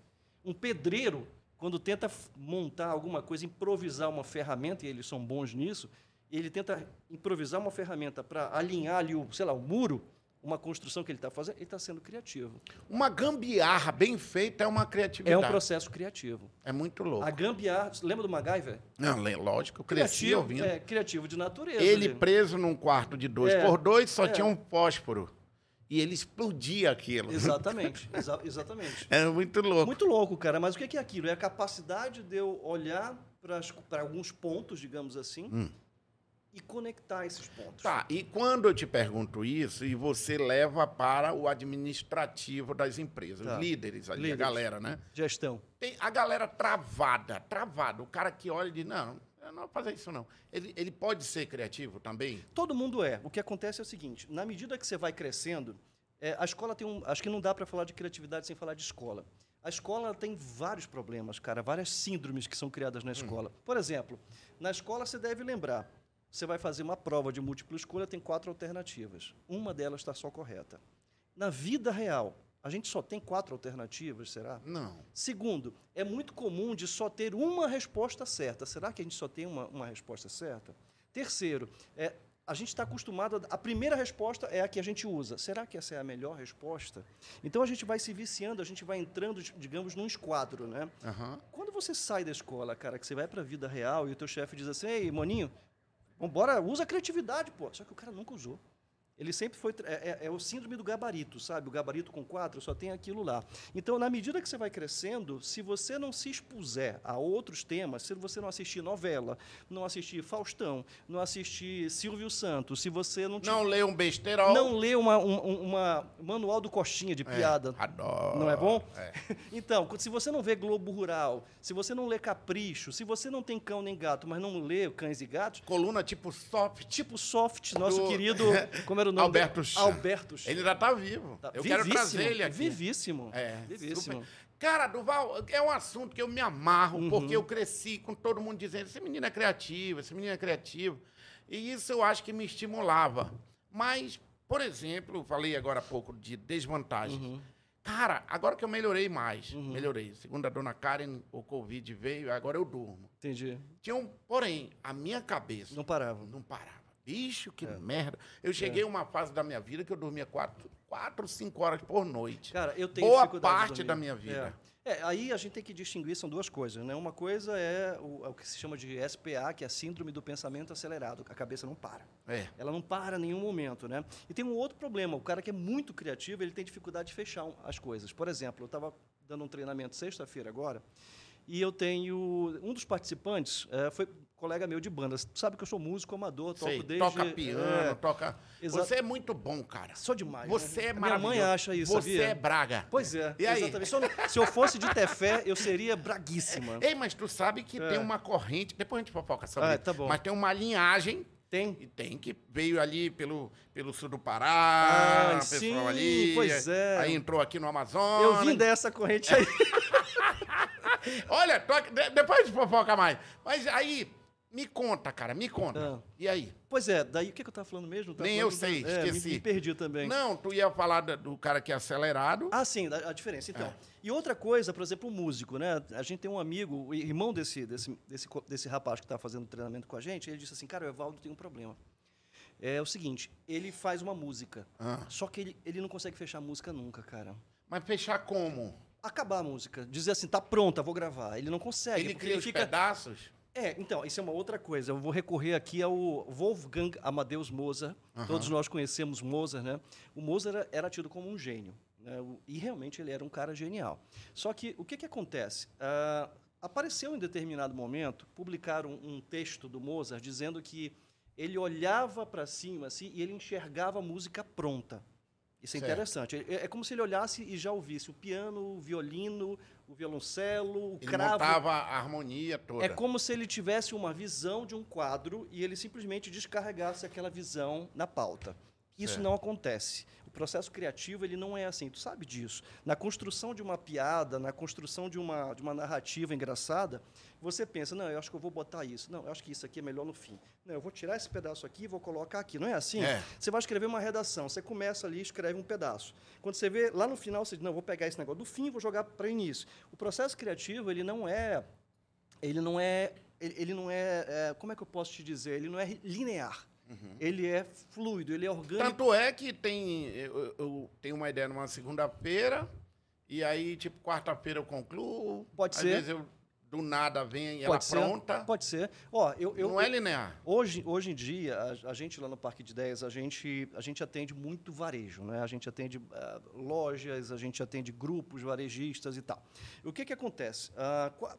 [SPEAKER 2] Um pedreiro, quando tenta f- montar alguma coisa, improvisar uma ferramenta, e eles são bons nisso, ele tenta improvisar uma ferramenta para alinhar ali, o, sei lá, o muro, uma construção que ele está fazendo, ele está sendo criativo.
[SPEAKER 1] Uma gambiarra bem feita é uma
[SPEAKER 2] É
[SPEAKER 1] criatividade.
[SPEAKER 2] um processo criativo.
[SPEAKER 1] É muito
[SPEAKER 2] A
[SPEAKER 1] louco.
[SPEAKER 2] gambiarra, lembra do MacGyver?
[SPEAKER 1] Não, le- lógico, eu cresci ouvindo.
[SPEAKER 2] é, criativo de natureza.
[SPEAKER 1] ele
[SPEAKER 2] ali.
[SPEAKER 1] preso num quarto de dois
[SPEAKER 2] É.
[SPEAKER 1] por dois só
[SPEAKER 2] É.
[SPEAKER 1] tinha um fósforo. E ele explodia aquilo.
[SPEAKER 2] Exatamente, exa- exatamente.
[SPEAKER 1] É muito louco.
[SPEAKER 2] Muito louco, cara, mas o que é que é aquilo? É a capacidade de eu olhar para alguns pontos, digamos assim, e conectar esses pontos.
[SPEAKER 1] Hum. Tá, e quando eu te pergunto isso, e você leva para o administrativo das empresas,
[SPEAKER 2] Tá.
[SPEAKER 1] os líderes ali,
[SPEAKER 2] Líderes.
[SPEAKER 1] a galera, né?
[SPEAKER 2] Gestão.
[SPEAKER 1] Tem a galera travada, travada. O cara que olha e diz, não, eu não vou fazer isso não. Ele, ele pode ser criativo também?
[SPEAKER 2] Todo mundo é. O que acontece é o seguinte: na medida que você vai crescendo, é, a escola tem um. Acho que não dá para falar de criatividade sem falar de escola. A escola tem vários problemas, cara, várias síndromes que são criadas na escola. Por exemplo, na escola você deve lembrar: você vai fazer uma prova de múltipla escolha, tem quatro alternativas. Uma delas está só correta. Na vida real, a gente só tem quatro alternativas, será?
[SPEAKER 1] Não.
[SPEAKER 2] Segundo, é muito comum de só ter uma resposta certa. Será que a gente só tem uma, uma resposta certa? Terceiro, é, a gente está acostumado. A, a primeira resposta é a que a gente usa. Será que essa é a melhor resposta? Então a gente vai se viciando, a gente vai entrando, digamos, num esquadro, né?
[SPEAKER 1] Aham.
[SPEAKER 2] Quando você sai da escola, cara, que você vai para a vida real e o teu chefe diz assim, ei, maninho, vambora, usa a criatividade, pô. Só que o cara nunca usou. Ele sempre foi... tra- É, é- é o síndrome do gabarito, sabe? O gabarito com quatro só tem aquilo lá. Então, na medida que você vai crescendo, se você não se expuser a outros temas, se você não assistir novela, não assistir Faustão, não assistir Silvio Santos, se você não...
[SPEAKER 1] Não lê um besteirol.
[SPEAKER 2] não É. ler uma, um- um- uma manual do Coxinha de piada,
[SPEAKER 1] Adoro.
[SPEAKER 2] não é bom?
[SPEAKER 1] É.
[SPEAKER 2] Então, se você não vê Globo Rural, se você não lê Capricho, se você não tem cão nem gato, mas não lê Cães e Gatos,
[SPEAKER 1] Coluna tipo soft.
[SPEAKER 2] tipo Soft, nosso
[SPEAKER 1] Do-
[SPEAKER 2] querido. Como era o nome?
[SPEAKER 1] Alberto
[SPEAKER 2] dele?
[SPEAKER 1] Chan.
[SPEAKER 2] Alberto Chan.
[SPEAKER 1] Ele ainda tá vivo.
[SPEAKER 2] Tá
[SPEAKER 1] Eu quero
[SPEAKER 2] vivíssimo,
[SPEAKER 1] trazer ele aqui.
[SPEAKER 2] Vivíssimo.
[SPEAKER 1] É,
[SPEAKER 2] vivíssimo. Uhum.
[SPEAKER 1] super. Cara, Duval, é um assunto que eu me amarro, porque eu cresci com todo mundo dizendo: esse menino é criativo, esse menino é criativo. E isso eu acho que me estimulava. Mas, por exemplo, eu falei agora há pouco de desvantagens.
[SPEAKER 2] Uhum.
[SPEAKER 1] Cara, agora que eu melhorei mais, melhorei. Segundo a dona Karen, o Covid veio, agora eu durmo.
[SPEAKER 2] Entendi.
[SPEAKER 1] Tinha um, porém, a minha cabeça
[SPEAKER 2] Não É. parava.
[SPEAKER 1] não parava. Bicho, que merda. Eu cheguei a uma fase da minha vida que eu dormia quatro, quatro cinco horas por noite.
[SPEAKER 2] Cara, eu tenho
[SPEAKER 1] Boa
[SPEAKER 2] dificuldade de
[SPEAKER 1] parte
[SPEAKER 2] dormir.
[SPEAKER 1] da minha vida.
[SPEAKER 2] É. É, aí a gente tem que distinguir, são duas coisas, né? Uma coisa é o, é o que se chama de SPA, que é a síndrome do pensamento acelerado. A cabeça não para.
[SPEAKER 1] É.
[SPEAKER 2] Ela não para em nenhum momento, né? E tem um outro problema. O cara que é muito criativo, ele tem dificuldade de fechar um- as coisas. Por exemplo, eu estava dando um treinamento sexta-feira agora e eu tenho... Um dos participantes eh, foi colega meu de banda. Você Sabe que eu sou músico amador, toco
[SPEAKER 1] Sei,
[SPEAKER 2] desde...
[SPEAKER 1] toca piano,
[SPEAKER 2] é,
[SPEAKER 1] toca.
[SPEAKER 2] Exa-
[SPEAKER 1] Você é muito bom, cara.
[SPEAKER 2] Sou demais.
[SPEAKER 1] Você
[SPEAKER 2] né?
[SPEAKER 1] é
[SPEAKER 2] Minha
[SPEAKER 1] maravilhoso.
[SPEAKER 2] mãe acha isso,
[SPEAKER 1] Você
[SPEAKER 2] sabia?
[SPEAKER 1] é braga.
[SPEAKER 2] Pois é,
[SPEAKER 1] E aí?
[SPEAKER 2] exatamente. Se eu, não- se eu fosse de Tefé, eu seria braguíssima.
[SPEAKER 1] Ei, mas tu sabe que tem uma corrente, depois a gente fofoca sobre
[SPEAKER 2] É. Ah,
[SPEAKER 1] isso,
[SPEAKER 2] tá bom.
[SPEAKER 1] mas tem uma linhagem
[SPEAKER 2] Tem?
[SPEAKER 1] e tem que veio ali pelo, pelo sul do Pará,
[SPEAKER 2] Ai,
[SPEAKER 1] o pessoal
[SPEAKER 2] Ah, sim,
[SPEAKER 1] ali.
[SPEAKER 2] pois é.
[SPEAKER 1] Aí entrou aqui no Amazonas.
[SPEAKER 2] Eu vim dessa corrente aí.
[SPEAKER 1] É. Olha, tô aqui- de- depois a gente fofoca mais. Mas aí, me conta, cara, me conta.
[SPEAKER 2] Ah.
[SPEAKER 1] E aí?
[SPEAKER 2] Pois é, daí o que, é que eu tava falando mesmo? Tava
[SPEAKER 1] Nem eu
[SPEAKER 2] falando
[SPEAKER 1] sei,
[SPEAKER 2] do- é, me-
[SPEAKER 1] esqueci.
[SPEAKER 2] me perdi também.
[SPEAKER 1] Não, tu ia falar da- do cara que é acelerado.
[SPEAKER 2] Ah, sim, a, a
[SPEAKER 1] É.
[SPEAKER 2] diferença. Então, e outra coisa, por exemplo, o músico, né? A gente tem um amigo, o irmão desse, desse, desse, co- desse rapaz que está fazendo treinamento com a gente, ele disse assim, cara, o Evaldo tem um problema. É o seguinte, ele faz uma música,
[SPEAKER 1] Ah.
[SPEAKER 2] só que ele, ele não consegue fechar a música nunca, cara.
[SPEAKER 1] Mas fechar como?
[SPEAKER 2] Acabar a música, dizer assim, tá pronta, vou gravar. Ele não consegue.
[SPEAKER 1] Ele
[SPEAKER 2] porque
[SPEAKER 1] cria É, os pedaços?
[SPEAKER 2] é, então, isso é uma outra coisa. Eu vou recorrer aqui ao Wolfgang Amadeus Mozart. Todos nós conhecemos Mozart, né? O Mozart era, era tido como um gênio. né? O- E realmente ele era um cara genial. Só que o que, que acontece? Ah, apareceu em determinado momento, publicaram um texto do Mozart dizendo que ele olhava para cima assim, e ele enxergava a música pronta. Isso é
[SPEAKER 1] Certo.
[SPEAKER 2] interessante. É, é como se ele olhasse e já ouvisse o piano, o violino, o violoncelo, o
[SPEAKER 1] Ele
[SPEAKER 2] cravo.
[SPEAKER 1] montava a harmonia toda.
[SPEAKER 2] É como se ele tivesse uma visão de um quadro e ele simplesmente descarregasse aquela visão na pauta. Isso
[SPEAKER 1] Certo.
[SPEAKER 2] não acontece. O processo criativo ele não é assim. Tu sabe disso. Na construção de uma piada, na construção de uma, de uma narrativa engraçada, você pensa, não, eu acho que eu vou botar isso. Não, eu acho que isso aqui é melhor no fim. Não, eu vou tirar esse pedaço aqui e vou colocar aqui. Não é assim?
[SPEAKER 1] É.
[SPEAKER 2] Você vai escrever uma redação, você começa ali e escreve um pedaço. Quando você vê lá no final, você diz, não, eu vou pegar esse negócio do fim e vou jogar para o início. O processo criativo, ele não é ele não é, ele, ele não é, é, como é que eu posso te dizer? Ele não é linear.
[SPEAKER 1] Uhum.
[SPEAKER 2] Ele é fluido, ele é orgânico.
[SPEAKER 1] Tanto é que tem. Eu, eu- eu tenho uma ideia numa segunda-feira, e aí, tipo, quarta-feira eu concluo.
[SPEAKER 2] Pode
[SPEAKER 1] às
[SPEAKER 2] ser.
[SPEAKER 1] vezes eu do nada vem e ela
[SPEAKER 2] pode ser,
[SPEAKER 1] pronta.
[SPEAKER 2] Pode ser. Ó, eu, eu,
[SPEAKER 1] não é linear.
[SPEAKER 2] Hoje, hoje em dia, a, a gente lá no Parque de Ideias, a gente, a gente atende muito varejo, né? A gente atende ah, lojas, a gente atende grupos varejistas e tal. O que que acontece? Ah, qua-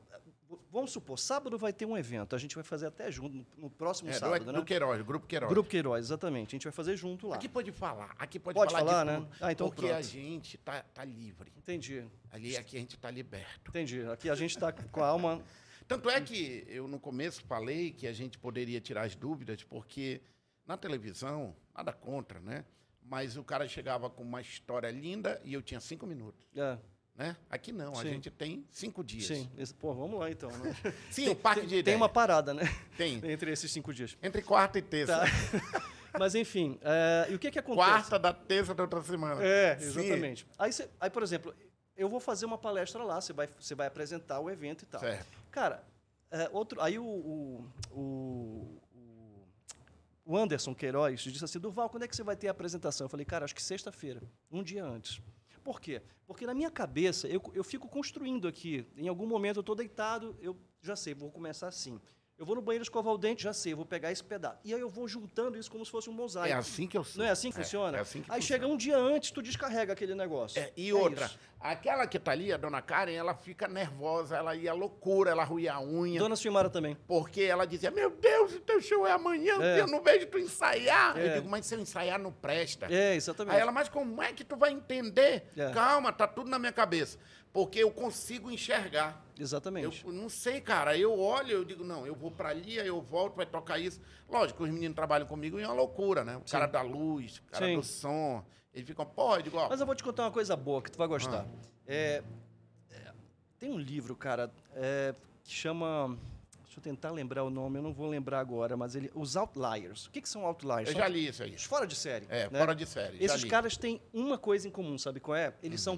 [SPEAKER 2] vamos supor, sábado vai ter um evento, a gente vai fazer até junto, no, no próximo
[SPEAKER 1] É, do,
[SPEAKER 2] sábado, né?
[SPEAKER 1] do Queiroz, Grupo Queiroz.
[SPEAKER 2] Grupo Queiroz, exatamente. A gente vai fazer junto lá.
[SPEAKER 1] Aqui pode falar. Aqui pode,
[SPEAKER 2] Pode
[SPEAKER 1] falar,
[SPEAKER 2] falar,
[SPEAKER 1] de
[SPEAKER 2] né?
[SPEAKER 1] tudo,
[SPEAKER 2] Ah, então
[SPEAKER 1] Porque a
[SPEAKER 2] pronto.
[SPEAKER 1] gente tá, tá livre.
[SPEAKER 2] Entendi,
[SPEAKER 1] Ali aqui a gente tá liberto.
[SPEAKER 2] entendi. Aqui a gente está com a alma
[SPEAKER 1] Tanto é que eu no começo falei que a gente poderia tirar as dúvidas, porque na televisão, nada contra, né? Mas o cara chegava com uma história linda e eu tinha cinco minutos.
[SPEAKER 2] É,
[SPEAKER 1] né? Aqui não, a
[SPEAKER 2] Sim.
[SPEAKER 1] gente tem cinco dias.
[SPEAKER 2] sim.
[SPEAKER 1] Sim,
[SPEAKER 2] Esse- pô, vamos lá então. né?
[SPEAKER 1] o parque
[SPEAKER 2] tem,
[SPEAKER 1] de
[SPEAKER 2] Tem
[SPEAKER 1] ideia.
[SPEAKER 2] uma parada, né?
[SPEAKER 1] Tem.
[SPEAKER 2] Entre esses cinco dias.
[SPEAKER 1] Entre quarta e terça.
[SPEAKER 2] Tá. Mas enfim, é, e o que que acontece?
[SPEAKER 1] Quarta da terça da outra semana.
[SPEAKER 2] É,
[SPEAKER 1] Sim.
[SPEAKER 2] exatamente. Aí, você- aí, por exemplo, eu vou fazer uma palestra lá, você vai, você vai apresentar o evento e tal.
[SPEAKER 1] Certo.
[SPEAKER 2] Cara, é, outro, aí o, o, o, o- o Anderson Queiroz disse assim, Durval, quando é que você vai ter a apresentação? Eu falei, cara, acho que sexta-feira, um dia antes. Por quê? Porque na minha cabeça, eu, eu fico construindo aqui. Em algum momento eu estou deitado, eu já sei, vou começar assim. Eu vou no banheiro escovar o dente, já sei, vou pegar esse pedaço. E aí eu vou juntando isso como se fosse um mosaico.
[SPEAKER 1] É assim que eu sou.
[SPEAKER 2] Não é assim que funciona?
[SPEAKER 1] é assim que
[SPEAKER 2] Aí
[SPEAKER 1] funciona.
[SPEAKER 2] chega um dia antes, tu descarrega aquele negócio.
[SPEAKER 1] É, e
[SPEAKER 2] É
[SPEAKER 1] outra,
[SPEAKER 2] isso.
[SPEAKER 1] aquela que tá ali, a dona Karen, ela fica nervosa, ela ia à loucura, ela ruía a unha.
[SPEAKER 2] Dona Silmara também.
[SPEAKER 1] Porque ela dizia, meu Deus, o teu show é amanhã,
[SPEAKER 2] É.
[SPEAKER 1] eu não vejo tu ensaiar. Eu
[SPEAKER 2] É.
[SPEAKER 1] digo, mas se eu ensaiar, não presta.
[SPEAKER 2] É, exatamente.
[SPEAKER 1] Aí ela, mas como é que tu vai entender?
[SPEAKER 2] É.
[SPEAKER 1] Calma, tá tudo na minha cabeça. Porque eu consigo enxergar. Eu
[SPEAKER 2] Exatamente.
[SPEAKER 1] não sei, cara. Eu olho, eu digo, não, eu vou pra ali, aí eu volto, vai tocar isso. Lógico, os meninos trabalham comigo e é uma loucura, né? O cara da luz, o cara
[SPEAKER 2] Sim.
[SPEAKER 1] do som. Eles ficam, pô, eu digo, ó, Ah.
[SPEAKER 2] Mas eu vou te contar uma coisa boa que tu vai gostar. É, é, tem um livro, cara, é, que chama. Deixa eu tentar lembrar o nome, eu não vou lembrar agora, mas ele. Os Outliers. O que, que são Outliers?
[SPEAKER 1] eu
[SPEAKER 2] São
[SPEAKER 1] já li isso aí.
[SPEAKER 2] Os fora de série.
[SPEAKER 1] É,
[SPEAKER 2] né?
[SPEAKER 1] fora de série. já
[SPEAKER 2] Esses
[SPEAKER 1] li. Hum.
[SPEAKER 2] caras têm uma coisa em comum, sabe qual é? Eles são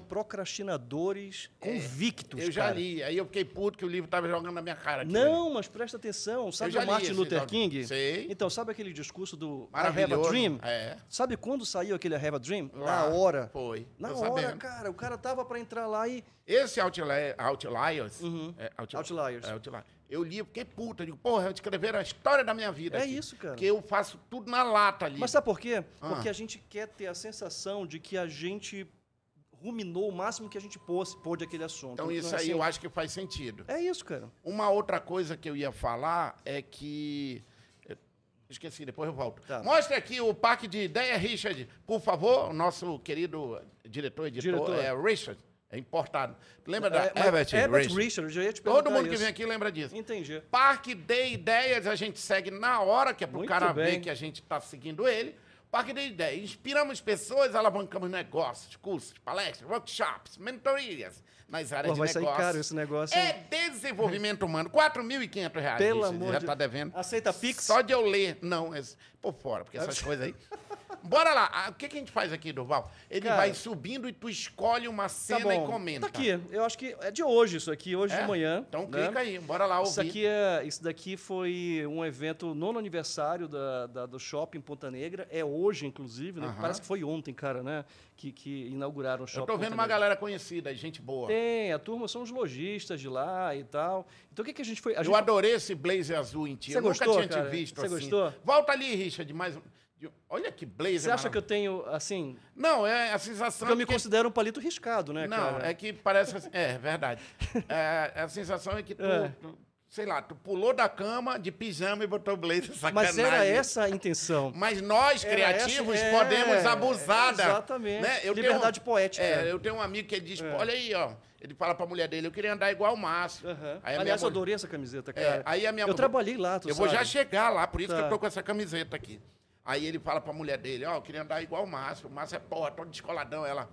[SPEAKER 2] procrastinadores convictos.
[SPEAKER 1] É, Eu já
[SPEAKER 2] cara.
[SPEAKER 1] li. Aí eu fiquei puto que o livro tava jogando na minha cara. aqui, né?
[SPEAKER 2] Não, mas presta atenção. Sabe
[SPEAKER 1] já
[SPEAKER 2] o
[SPEAKER 1] li
[SPEAKER 2] Martin
[SPEAKER 1] esse
[SPEAKER 2] Luther
[SPEAKER 1] livro.
[SPEAKER 2] King?
[SPEAKER 1] Sei.
[SPEAKER 2] Então, sabe aquele discurso do I Have a
[SPEAKER 1] Maravilhoso.
[SPEAKER 2] Dream?
[SPEAKER 1] É.
[SPEAKER 2] Sabe quando saiu aquele I Have a Dream?
[SPEAKER 1] Lá,
[SPEAKER 2] Na hora.
[SPEAKER 1] Foi.
[SPEAKER 2] Na
[SPEAKER 1] tô
[SPEAKER 2] hora,
[SPEAKER 1] sabendo.
[SPEAKER 2] cara. O cara tava pra entrar lá e.
[SPEAKER 1] Esse Outli- Outliers. é, Outli-
[SPEAKER 2] Uhum. Outliers.
[SPEAKER 1] é, Outliers. Eu li, eu fiquei puta. Eu digo, porra, eu escreveram a história da minha vida.
[SPEAKER 2] É
[SPEAKER 1] aqui.
[SPEAKER 2] isso, cara.
[SPEAKER 1] Porque eu faço tudo na lata ali.
[SPEAKER 2] Mas sabe por quê?
[SPEAKER 1] Ah.
[SPEAKER 2] Porque a gente quer ter a sensação de que a gente ruminou o máximo que a gente pôs- pôde aquele assunto.
[SPEAKER 1] Então isso
[SPEAKER 2] é
[SPEAKER 1] aí
[SPEAKER 2] assim?
[SPEAKER 1] eu acho que faz sentido.
[SPEAKER 2] É isso, cara.
[SPEAKER 1] Uma outra coisa que eu ia falar é que. eu Esqueci, depois eu volto.
[SPEAKER 2] Tá.
[SPEAKER 1] Mostra aqui o parque de ideia, Richard. Por favor, o nosso querido diretor, editor,
[SPEAKER 2] Diretor.
[SPEAKER 1] é Richard. É importado. Lembra da
[SPEAKER 2] É, mas-
[SPEAKER 1] Herbert,
[SPEAKER 2] Herbert
[SPEAKER 1] Richard?
[SPEAKER 2] Richard, eu já ia te perguntar
[SPEAKER 1] Todo mundo que
[SPEAKER 2] isso.
[SPEAKER 1] vem aqui lembra disso.
[SPEAKER 2] Entendi.
[SPEAKER 1] Parque de Ideias, a gente segue na hora, que é pro
[SPEAKER 2] Muito
[SPEAKER 1] cara
[SPEAKER 2] bem.
[SPEAKER 1] ver que a gente tá seguindo ele. Parque de Ideias. Inspiramos pessoas, alavancamos negócios, cursos, palestras, workshops, mentorias nas áreas é
[SPEAKER 2] Pô,
[SPEAKER 1] de
[SPEAKER 2] vai sair
[SPEAKER 1] negócio.
[SPEAKER 2] caro esse negócio, hein?
[SPEAKER 1] É desenvolvimento humano. R$ 4.500.
[SPEAKER 2] Pelo
[SPEAKER 1] Richard,
[SPEAKER 2] amor
[SPEAKER 1] Já
[SPEAKER 2] de
[SPEAKER 1] tá devendo.
[SPEAKER 2] Aceita Pix?
[SPEAKER 1] Só de eu ler. Não, é por fora, porque essas coisas aí... Bora lá. Ah, O que, que a gente faz aqui, Durval? Ele
[SPEAKER 2] Cara.
[SPEAKER 1] vai subindo e tu escolhe uma
[SPEAKER 2] Tá
[SPEAKER 1] cena
[SPEAKER 2] bom.
[SPEAKER 1] e comenta.
[SPEAKER 2] Tá aqui. Eu acho que é de hoje isso aqui, hoje
[SPEAKER 1] É?
[SPEAKER 2] de manhã.
[SPEAKER 1] Então
[SPEAKER 2] né?
[SPEAKER 1] clica aí. Bora lá ouvir.
[SPEAKER 2] Isso, aqui é, isso daqui foi um evento, nono aniversário da, da- do shopping Ponta Negra. É hoje, inclusive, né?
[SPEAKER 1] Aham.
[SPEAKER 2] Parece que foi ontem, cara, né? Que, que inauguraram o shopping.
[SPEAKER 1] Eu tô vendo
[SPEAKER 2] Ponta
[SPEAKER 1] uma
[SPEAKER 2] Negra.
[SPEAKER 1] galera conhecida, gente boa.
[SPEAKER 2] Tem, a turma são os lojistas de lá e tal. Então o que, que a gente foi. A
[SPEAKER 1] Eu
[SPEAKER 2] gente
[SPEAKER 1] adorei esse blazer azul em ti.
[SPEAKER 2] Você
[SPEAKER 1] eu nunca
[SPEAKER 2] gostou,
[SPEAKER 1] tinha te
[SPEAKER 2] cara?
[SPEAKER 1] visto
[SPEAKER 2] Você
[SPEAKER 1] assim.
[SPEAKER 2] gostou?
[SPEAKER 1] Volta ali, Richard, mais um. de- Olha que blazer.
[SPEAKER 2] Você acha que eu
[SPEAKER 1] maravilhoso.
[SPEAKER 2] tenho, assim.
[SPEAKER 1] Não, é a sensação.
[SPEAKER 2] Porque eu me
[SPEAKER 1] de que...
[SPEAKER 2] considero um palito riscado, né,
[SPEAKER 1] Não,
[SPEAKER 2] cara?
[SPEAKER 1] é que parece. assim- É, verdade. É, a sensação é que tu.
[SPEAKER 2] É.
[SPEAKER 1] tu- sei lá, tu pulou da cama de pijama e botou blazer,
[SPEAKER 2] Mas
[SPEAKER 1] sacanagem.
[SPEAKER 2] era essa a intenção.
[SPEAKER 1] Mas nós,
[SPEAKER 2] Era
[SPEAKER 1] criativos,
[SPEAKER 2] essa- é,
[SPEAKER 1] podemos abusar da...
[SPEAKER 2] Exatamente.
[SPEAKER 1] né? Eu tenho-
[SPEAKER 2] Liberdade poética. É.
[SPEAKER 1] É, eu tenho um amigo que ele diz, olha aí, ó. Ele fala pra mulher dele, eu queria andar igual o Márcio.
[SPEAKER 2] Aham.
[SPEAKER 1] Aí a minha
[SPEAKER 2] Aliás, eu
[SPEAKER 1] mulher-
[SPEAKER 2] adorei essa camiseta, cara.
[SPEAKER 1] É, aí a minha
[SPEAKER 2] Eu trabalhei lá, tu
[SPEAKER 1] Eu
[SPEAKER 2] sabe.
[SPEAKER 1] vou já chegar lá, por isso
[SPEAKER 2] Tá.
[SPEAKER 1] que eu tô com essa camiseta aqui. Aí ele fala pra mulher dele, ó, eu queria andar igual o Márcio. O Márcio é porra, todo descoladão. Ela,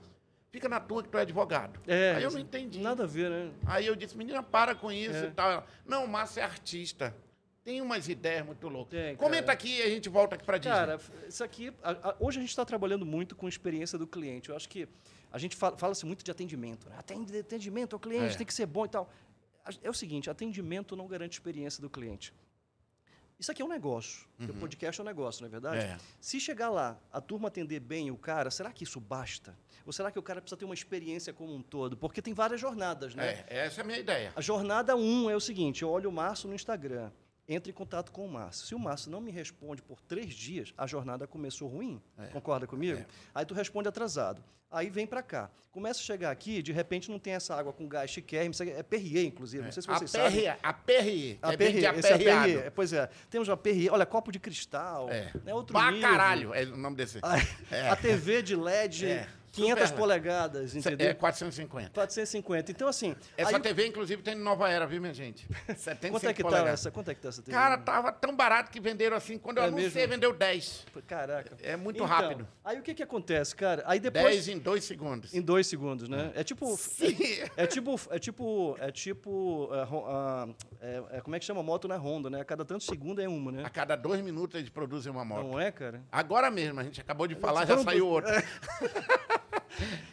[SPEAKER 1] fica na tua que tu é advogado.
[SPEAKER 2] É,
[SPEAKER 1] aí eu não entendi.
[SPEAKER 2] Nada a ver, né?
[SPEAKER 1] Aí eu disse, menina, para com isso
[SPEAKER 2] É.
[SPEAKER 1] e tal. Ela, não, o Márcio é artista. Tem umas ideias muito loucas.
[SPEAKER 2] Tem, cara.
[SPEAKER 1] Comenta aqui e a gente volta aqui pra Disney.
[SPEAKER 2] Cara, f- isso aqui. a- a- hoje a gente está trabalhando muito com a experiência do cliente. Eu acho que a gente fala- fala-se muito de atendimento. Né? Atende- Atendimento ao cliente
[SPEAKER 1] É.
[SPEAKER 2] tem que ser bom e tal. A- É o seguinte: atendimento não garante experiência do cliente. Isso aqui é um negócio. porque O podcast é um negócio, não é verdade?
[SPEAKER 1] Uhum. É.
[SPEAKER 2] Se chegar lá, a turma atender bem o cara, será que isso basta? Ou será que o cara precisa ter uma experiência como um todo? Porque tem várias jornadas, né?
[SPEAKER 1] É, essa é a minha ideia.
[SPEAKER 2] A jornada 1 um é o seguinte: eu olho o Márcio no Instagram, entro em contato com o Márcio. Se o Márcio não me responde por três dias, a jornada começou ruim.
[SPEAKER 1] É.
[SPEAKER 2] Concorda comigo? Aí tu responde atrasado. Aí vem pra cá. Começa a chegar aqui, de repente não tem essa água com gás chiquérrimo, isso aqui é PRE, inclusive. Não sei se
[SPEAKER 1] a
[SPEAKER 2] vocês sabem.
[SPEAKER 1] PRE, a PRE,
[SPEAKER 2] A
[SPEAKER 1] é bem de
[SPEAKER 2] PRE, esse é a
[SPEAKER 1] aperreado.
[SPEAKER 2] PRE, pois é. Temos a PRE, olha, copo de cristal,
[SPEAKER 1] É.
[SPEAKER 2] né, outro
[SPEAKER 1] Pra
[SPEAKER 2] nível. Ah,
[SPEAKER 1] caralho, é o nome desse.
[SPEAKER 2] A,
[SPEAKER 1] É.
[SPEAKER 2] a TV de LED,
[SPEAKER 1] É.
[SPEAKER 2] 500
[SPEAKER 1] Super.
[SPEAKER 2] polegadas, entendeu?
[SPEAKER 1] É 450.
[SPEAKER 2] 450. Então, assim...
[SPEAKER 1] Essa
[SPEAKER 2] aí-
[SPEAKER 1] TV, inclusive, tem Nova Era, viu, minha gente? 75
[SPEAKER 2] quanto é que tá
[SPEAKER 1] polegadas.
[SPEAKER 2] essa? Quanto é que tá essa TV?
[SPEAKER 1] Cara, tava tão barato que venderam assim. Quando eu
[SPEAKER 2] É
[SPEAKER 1] anunciei,
[SPEAKER 2] mesmo?
[SPEAKER 1] vendeu 10.
[SPEAKER 2] Pô, Caraca. Então,
[SPEAKER 1] É muito rápido.
[SPEAKER 2] Aí o que que acontece, cara? Aí depois
[SPEAKER 1] 10 em 2 segundos.
[SPEAKER 2] em dois segundos, né? É tipo
[SPEAKER 1] Sim.
[SPEAKER 2] é tipo é tipo é tipo é, ro- ah, é- é- como é que chama moto na Honda, né? A cada tantos segundos é uma,
[SPEAKER 1] A
[SPEAKER 2] né?
[SPEAKER 1] cada dois minutos eles produzem uma moto.
[SPEAKER 2] Não é, cara?
[SPEAKER 1] Agora mesmo, a gente acabou de falar, já
[SPEAKER 2] Foram
[SPEAKER 1] saiu outra.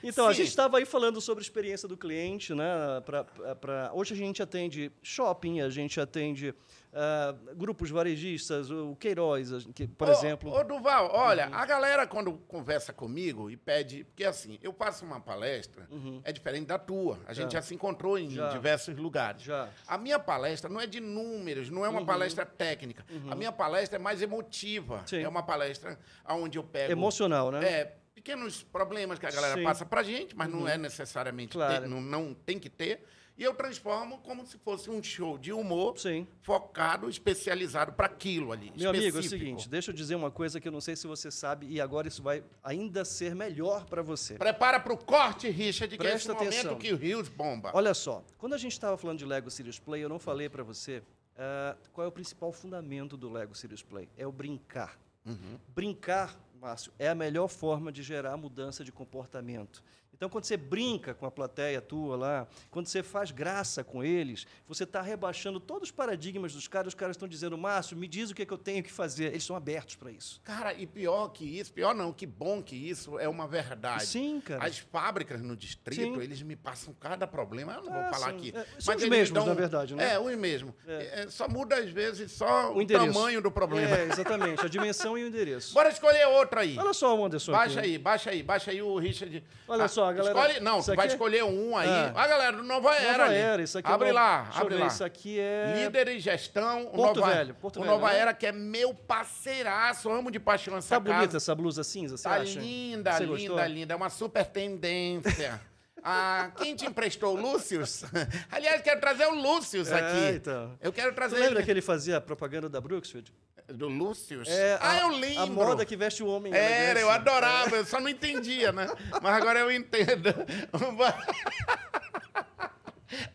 [SPEAKER 2] Então, a
[SPEAKER 1] Sim.
[SPEAKER 2] gente estava aí falando sobre a experiência do cliente, né? Pra, pra- pra- Hoje a gente atende shopping, a gente atende ah, grupos varejistas, o Queiroz, a gente- que, por
[SPEAKER 1] Ô,
[SPEAKER 2] exemplo. Uhum.
[SPEAKER 1] Ô, Duval, olha, a galera quando conversa comigo e pede. Porque assim, eu faço uma palestra, é diferente da tua. A gente já, se encontrou em
[SPEAKER 2] Uhum. Já.
[SPEAKER 1] diversos lugares.
[SPEAKER 2] Já. Uhum.
[SPEAKER 1] A minha palestra não é de números, não é uma palestra técnica. A minha palestra é mais emotiva.
[SPEAKER 2] Sim.
[SPEAKER 1] É uma palestra onde eu pego.
[SPEAKER 2] Emocional, né?
[SPEAKER 1] É, pequenos problemas que a galera
[SPEAKER 2] Sim. Uhum.
[SPEAKER 1] passa pra gente, mas não é necessariamente.
[SPEAKER 2] Claro.
[SPEAKER 1] ter- não, não tem que ter. E eu transformo como se fosse um show de humor
[SPEAKER 2] Sim.
[SPEAKER 1] focado, especializado para aquilo ali.
[SPEAKER 2] Meu amigo, é o
[SPEAKER 1] específico.
[SPEAKER 2] seguinte, deixa eu dizer uma coisa que eu não sei se você sabe e agora isso vai ainda ser melhor para você.
[SPEAKER 1] Prepara pro corte, Richard, que
[SPEAKER 2] Presta
[SPEAKER 1] é esse momento
[SPEAKER 2] atenção.
[SPEAKER 1] que o Rios bomba.
[SPEAKER 2] Olha só, quando a gente estava falando de Lego Serious Play, eu não falei para você ah, qual é o principal fundamento do Lego Serious Play. É o brincar.
[SPEAKER 1] Uhum.
[SPEAKER 2] Brincar, Márcio, é a melhor forma de gerar mudança de comportamento. Então, quando você brinca com a plateia tua lá, quando você faz graça com eles, você está rebaixando todos os paradigmas dos caras. Os caras estão dizendo, Márcio, me diz o que, é que eu tenho que fazer. Eles são abertos para isso.
[SPEAKER 1] Cara, e pior que isso, pior não, que bom que isso é uma verdade.
[SPEAKER 2] Sim, cara.
[SPEAKER 1] As fábricas no distrito,
[SPEAKER 2] Sim.
[SPEAKER 1] eles me passam cada problema, eu não vou
[SPEAKER 2] Ah,
[SPEAKER 1] falar
[SPEAKER 2] sim.
[SPEAKER 1] aqui.
[SPEAKER 2] É, são os
[SPEAKER 1] eles me
[SPEAKER 2] mesmos, na verdade, né?
[SPEAKER 1] É, os mesmos. É, só muda, às vezes, só o,
[SPEAKER 2] endereço.
[SPEAKER 1] tamanho do problema.
[SPEAKER 2] É, exatamente, a dimensão e o endereço.
[SPEAKER 1] Bora escolher outro aí.
[SPEAKER 2] Olha só, Anderson. aqui.
[SPEAKER 1] Baixa aí, baixa aí, baixa aí o Richard. Ah,
[SPEAKER 2] Olha só, a galera-
[SPEAKER 1] Escolhe, não,
[SPEAKER 2] isso
[SPEAKER 1] tu vai
[SPEAKER 2] aqui é-
[SPEAKER 1] escolher um aí.
[SPEAKER 2] Ah.
[SPEAKER 1] Ah, galera, do Nova Era.
[SPEAKER 2] Nova
[SPEAKER 1] ali.
[SPEAKER 2] Era, isso aqui
[SPEAKER 1] Abre
[SPEAKER 2] é. o-
[SPEAKER 1] lá,
[SPEAKER 2] deixa eu
[SPEAKER 1] abre
[SPEAKER 2] ver,
[SPEAKER 1] lá.
[SPEAKER 2] Isso aqui é.
[SPEAKER 1] Líder em gestão, o
[SPEAKER 2] Porto
[SPEAKER 1] Nova,
[SPEAKER 2] Velho, Porto
[SPEAKER 1] o
[SPEAKER 2] Velho,
[SPEAKER 1] Nova
[SPEAKER 2] né?
[SPEAKER 1] Era, que é meu parceiraço, amo de paixão essa
[SPEAKER 2] Tá
[SPEAKER 1] casa.
[SPEAKER 2] bonita essa blusa cinza, você
[SPEAKER 1] Tá
[SPEAKER 2] acha?
[SPEAKER 1] linda,
[SPEAKER 2] Você
[SPEAKER 1] linda,
[SPEAKER 2] gostou?
[SPEAKER 1] linda. É uma super tendência. Ah, quem te emprestou? O Lúcio? Aliás, quero trazer o Lúcio
[SPEAKER 2] É,
[SPEAKER 1] aqui.
[SPEAKER 2] então.
[SPEAKER 1] Eu quero
[SPEAKER 2] Tu
[SPEAKER 1] trazer
[SPEAKER 2] lembra
[SPEAKER 1] ele.
[SPEAKER 2] que ele fazia a propaganda da Brooksfield? É
[SPEAKER 1] Do Lúcio? ah,
[SPEAKER 2] a,
[SPEAKER 1] eu lembro.
[SPEAKER 2] A moda que veste o homem. né?
[SPEAKER 1] Era,
[SPEAKER 2] elegante.
[SPEAKER 1] eu adorava, eu só não entendia, né? Mas agora eu entendo.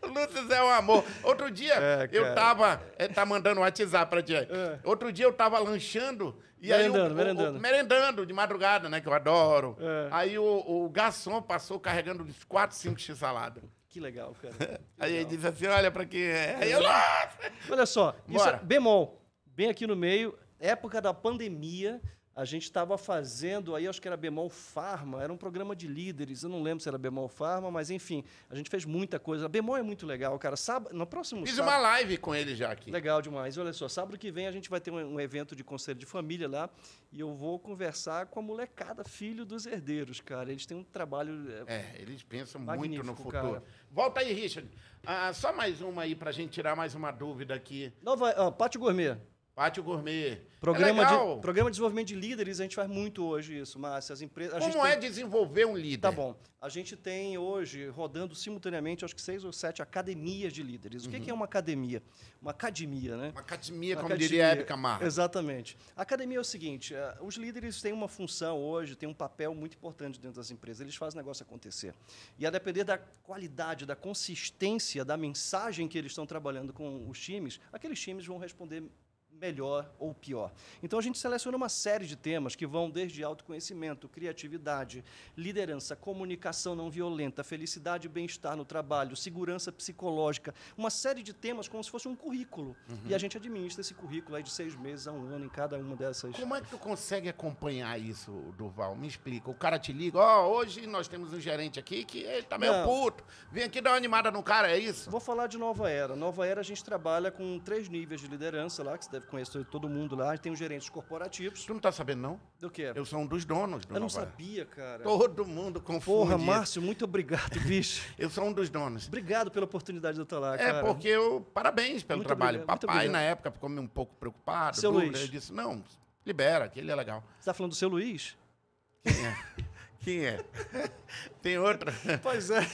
[SPEAKER 1] O Lúcio é um amor. Outro dia,
[SPEAKER 2] É,
[SPEAKER 1] eu
[SPEAKER 2] cara.
[SPEAKER 1] tava. é, Tá mandando um WhatsApp pra ti. aí.
[SPEAKER 2] É.
[SPEAKER 1] Outro dia eu tava lanchando. E aí
[SPEAKER 2] Merendando,
[SPEAKER 1] o- o,
[SPEAKER 2] merendando.
[SPEAKER 1] o- merendando de madrugada, né? Que eu adoro.
[SPEAKER 2] É.
[SPEAKER 1] Aí o, o garçom passou carregando uns 4, 5 x salada.
[SPEAKER 2] Que legal, cara.
[SPEAKER 1] Aí ele disse assim: olha pra quem é. Aí eu, "Nossa!"
[SPEAKER 2] Olha só, isso
[SPEAKER 1] Bora.
[SPEAKER 2] é bemol, bem aqui no meio, época da pandemia, a gente estava fazendo aí, acho que era Bemol Farma, era um programa de líderes, eu não lembro se era Bemol Farma, mas enfim, a gente fez muita coisa. Bemol é muito legal, cara. Sábado, no próximo
[SPEAKER 1] Fiz
[SPEAKER 2] sábado.
[SPEAKER 1] uma live com ele já aqui.
[SPEAKER 2] Legal demais. Olha só, sábado que vem a gente vai ter um, um evento de conselho de família lá e eu vou conversar com a molecada, filho dos herdeiros, cara. Eles têm um trabalho. é,
[SPEAKER 1] É, eles pensam muito
[SPEAKER 2] Magnífico,
[SPEAKER 1] no futuro.
[SPEAKER 2] cara.
[SPEAKER 1] Volta aí, Richard. Ah, só mais uma aí pra gente tirar mais uma dúvida aqui.
[SPEAKER 2] Nova. Ó, Pátio Gourmet.
[SPEAKER 1] Pátio Gourmet.
[SPEAKER 2] Programa,
[SPEAKER 1] é legal.
[SPEAKER 2] de, programa de desenvolvimento de líderes, a gente faz muito hoje isso, Márcio. As empresas. a gente
[SPEAKER 1] Como
[SPEAKER 2] tem-
[SPEAKER 1] é desenvolver um líder?
[SPEAKER 2] Tá bom. A gente tem hoje, rodando simultaneamente, acho que seis ou sete academias de líderes. O que, que é uma academia? Uma academia, né?
[SPEAKER 1] Uma Uhum. academia,
[SPEAKER 2] Uma
[SPEAKER 1] como diria
[SPEAKER 2] academia.
[SPEAKER 1] Hebe Camargo.
[SPEAKER 2] Exatamente. A academia é o seguinte: eh, os líderes têm uma função hoje, têm um papel muito importante dentro das empresas. Eles fazem o negócio acontecer. E a depender da qualidade, da consistência, da mensagem que eles estão trabalhando com os times, aqueles times vão responder melhor ou pior. Então a gente seleciona uma série de temas que vão desde autoconhecimento, criatividade, liderança, comunicação não violenta, felicidade e bem-estar no trabalho, segurança psicológica, uma série de temas como se fosse um currículo.
[SPEAKER 1] Uhum.
[SPEAKER 2] E a gente administra esse currículo aí de seis meses a um ano em cada uma dessas.
[SPEAKER 1] Como é que tu consegue acompanhar isso, Duval? Me explica. O cara te liga, ó, hoje nós temos um gerente aqui que ele tá meio
[SPEAKER 2] Não.
[SPEAKER 1] puto. Vem aqui dar uma animada no cara, é isso?
[SPEAKER 2] Vou falar de Nova Era. Nova Era a gente trabalha com três níveis de liderança lá, que você deve conhecer todo mundo lá. Tem os gerentes corporativos.
[SPEAKER 1] Tu não tá sabendo, não?
[SPEAKER 2] Do quê?
[SPEAKER 1] Eu sou um dos donos do
[SPEAKER 2] É. Eu não
[SPEAKER 1] Nova Era.
[SPEAKER 2] sabia, cara.
[SPEAKER 1] Todo mundo confunde.
[SPEAKER 2] Porra,
[SPEAKER 1] isso.
[SPEAKER 2] Márcio, muito obrigado, bicho.
[SPEAKER 1] Eu sou um dos donos.
[SPEAKER 2] Obrigado pela oportunidade de eu estar lá, cara.
[SPEAKER 1] É, porque eu. Parabéns pelo
[SPEAKER 2] Tá Muito
[SPEAKER 1] trabalho.
[SPEAKER 2] obrigado, muito
[SPEAKER 1] Papai,
[SPEAKER 2] obrigado.
[SPEAKER 1] na época, ficou meio um pouco preocupado.
[SPEAKER 2] Seu
[SPEAKER 1] dúvida.
[SPEAKER 2] Luiz.
[SPEAKER 1] Ele disse: não, libera, que ele é legal.
[SPEAKER 2] Você tá falando do seu Luiz?
[SPEAKER 1] Quem é? Quem é? Tem outra?
[SPEAKER 2] Pois é.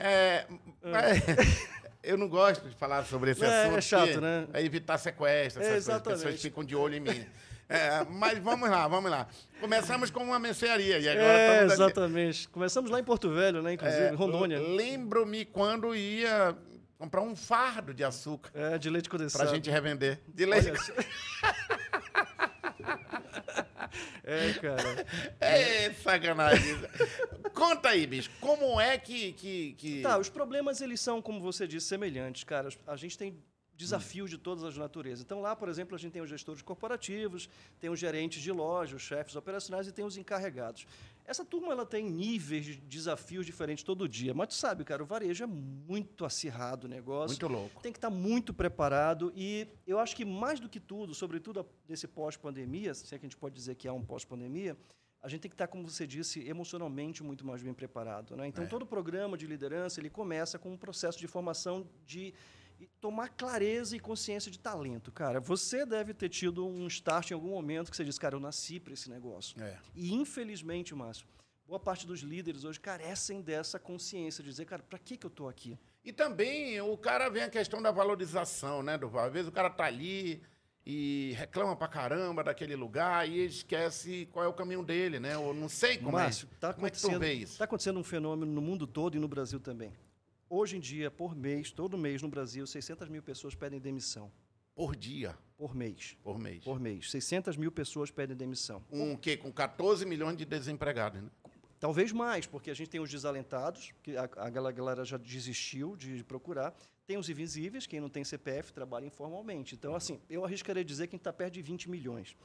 [SPEAKER 1] É, mas- eu não gosto de falar sobre esse
[SPEAKER 2] Ah. É, é
[SPEAKER 1] assunto.
[SPEAKER 2] chato,
[SPEAKER 1] que
[SPEAKER 2] né?
[SPEAKER 1] É evitar sequestro,
[SPEAKER 2] É,
[SPEAKER 1] essas coisas. As
[SPEAKER 2] exatamente.
[SPEAKER 1] pessoas ficam de olho em mim. É, mas vamos lá, vamos lá. Começamos com uma mercearia e agora
[SPEAKER 2] É,
[SPEAKER 1] estamos aqui.
[SPEAKER 2] exatamente. Começamos lá em Porto Velho, né? Inclusive,
[SPEAKER 1] É,
[SPEAKER 2] em Rondônia.
[SPEAKER 1] eu Lembro-me quando ia comprar um fardo de açúcar
[SPEAKER 2] É, de leite
[SPEAKER 1] pra
[SPEAKER 2] condensado.
[SPEAKER 1] gente revender. De leite.
[SPEAKER 2] Olha só. é, cara.
[SPEAKER 1] É sacanagem. Conta aí, bicho. Como é que... que, que...
[SPEAKER 2] Tá, os problemas, eles são, como você disse, semelhantes, cara. A gente tem desafios de todas as naturezas. Então, lá, por exemplo, a gente tem os gestores corporativos, tem os gerentes de loja, os chefes operacionais e tem os encarregados. Essa turma, ela tem níveis de desafios diferentes todo dia. Mas tu sabe, cara, o varejo é muito acirrado o negócio.
[SPEAKER 1] Muito louco.
[SPEAKER 2] Tem que estar muito preparado e eu acho que mais do que tudo, sobretudo a- nesse pós-pandemia, se é que a gente pode dizer que há um pós-pandemia, a gente tem que estar, como você disse, emocionalmente muito mais bem preparado. Né? Então,
[SPEAKER 1] É.
[SPEAKER 2] todo programa de liderança ele começa com um processo de formação de e tomar clareza e consciência de talento. Cara, você deve ter tido um start em algum momento que você disse, cara, eu nasci para esse negócio.
[SPEAKER 1] É.
[SPEAKER 2] E infelizmente, Márcio, boa parte dos líderes hoje carecem dessa consciência de dizer, cara, para que, que eu estou aqui?
[SPEAKER 1] E também o cara vem a questão da valorização, né, Duval? Às vezes o cara tá ali e reclama pra caramba daquele lugar e esquece qual é o caminho dele, né? Ou não sei como
[SPEAKER 2] Márcio,
[SPEAKER 1] é.
[SPEAKER 2] está
[SPEAKER 1] Como é que tu
[SPEAKER 2] acontecendo,
[SPEAKER 1] vê isso?
[SPEAKER 2] tá acontecendo um fenômeno no mundo todo e no Brasil também. Hoje em dia, por mês, todo mês no Brasil, 600 mil pessoas pedem demissão.
[SPEAKER 1] Por dia,
[SPEAKER 2] Por mês.
[SPEAKER 1] por mês.
[SPEAKER 2] Por mês. 600 mil pessoas pedem demissão.
[SPEAKER 1] Um que com 14 milhões de desempregados, né?
[SPEAKER 2] Talvez mais, porque a gente tem os desalentados, que a, a gal- galera já desistiu de procurar. Tem os invisíveis, quem não tem CPF trabalha informalmente. Então, assim, eu arriscaria dizer que a gente está perto de 20 milhões.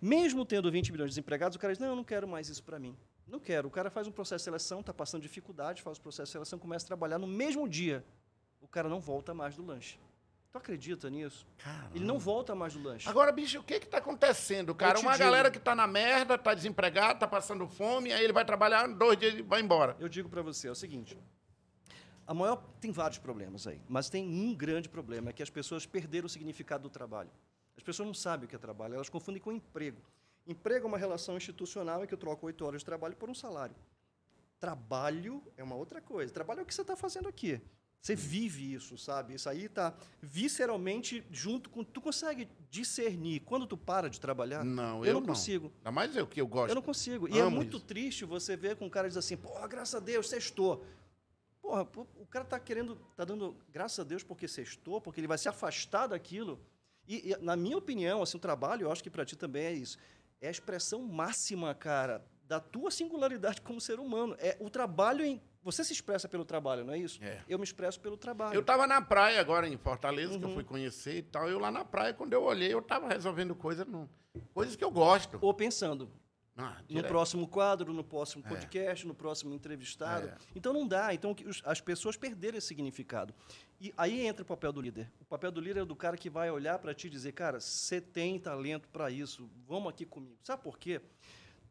[SPEAKER 2] Mesmo tendo 20 milhões de desempregados, o cara diz, não, eu não quero mais isso para mim. Não quero. O cara faz um processo de seleção, está passando dificuldade, faz o processo de seleção, começa a trabalhar no mesmo dia. O cara não volta mais do lanche. Tu acredita nisso?
[SPEAKER 1] Caramba.
[SPEAKER 2] Ele não volta mais do lanche.
[SPEAKER 1] Agora, bicho, o que que tá acontecendo, cara?
[SPEAKER 2] te
[SPEAKER 1] Uma
[SPEAKER 2] digo.
[SPEAKER 1] galera que tá na merda, tá desempregada, tá passando fome, aí ele vai trabalhar dois dias e vai embora.
[SPEAKER 2] Eu digo para você é o seguinte: a maior tem vários problemas aí, mas tem um grande problema é que as pessoas perderam o significado do trabalho. As pessoas não sabem o que é trabalho, elas confundem com emprego. Emprego é uma relação institucional em que eu troco oito horas de trabalho por um salário. Trabalho é uma outra coisa. Trabalho é o que você está fazendo aqui. Você vive isso, sabe? Isso aí tá visceralmente junto com. Tu consegue discernir quando tu para de trabalhar?
[SPEAKER 1] Não,
[SPEAKER 2] eu
[SPEAKER 1] eu
[SPEAKER 2] não
[SPEAKER 1] não.
[SPEAKER 2] consigo.
[SPEAKER 1] Ainda mais eu que eu gosto.
[SPEAKER 2] Eu não consigo. E é
[SPEAKER 1] Amo
[SPEAKER 2] muito
[SPEAKER 1] isso.
[SPEAKER 2] triste você ver com um cara diz assim, porra, graças a Deus, sextou. Porra, pô, o cara tá querendo, tá dando graças a Deus porque sextou, porque ele vai se afastar daquilo. E, e, na minha opinião, assim, o trabalho, eu acho que para ti também é isso. É a expressão máxima, cara, da tua singularidade como ser humano. É o trabalho em. Você se expressa pelo trabalho, não é isso?
[SPEAKER 1] É.
[SPEAKER 2] Eu me expresso pelo trabalho.
[SPEAKER 1] Eu tava na praia agora em Fortaleza, que eu
[SPEAKER 2] Uhum.
[SPEAKER 1] fui conhecer e tal. Eu lá na praia, quando eu olhei, eu tava resolvendo coisas, não- coisas que eu gosto.
[SPEAKER 2] Ou pensando,
[SPEAKER 1] Ah,
[SPEAKER 2] No
[SPEAKER 1] direto.
[SPEAKER 2] próximo quadro, no próximo podcast, no próximo entrevistado.
[SPEAKER 1] É.
[SPEAKER 2] Então não dá. Então que os- as pessoas perderam esse significado. E aí entra o papel do líder. O papel do líder é o do cara que vai olhar para ti e dizer, cara, você tem talento para isso, vamos aqui comigo. Sabe por quê?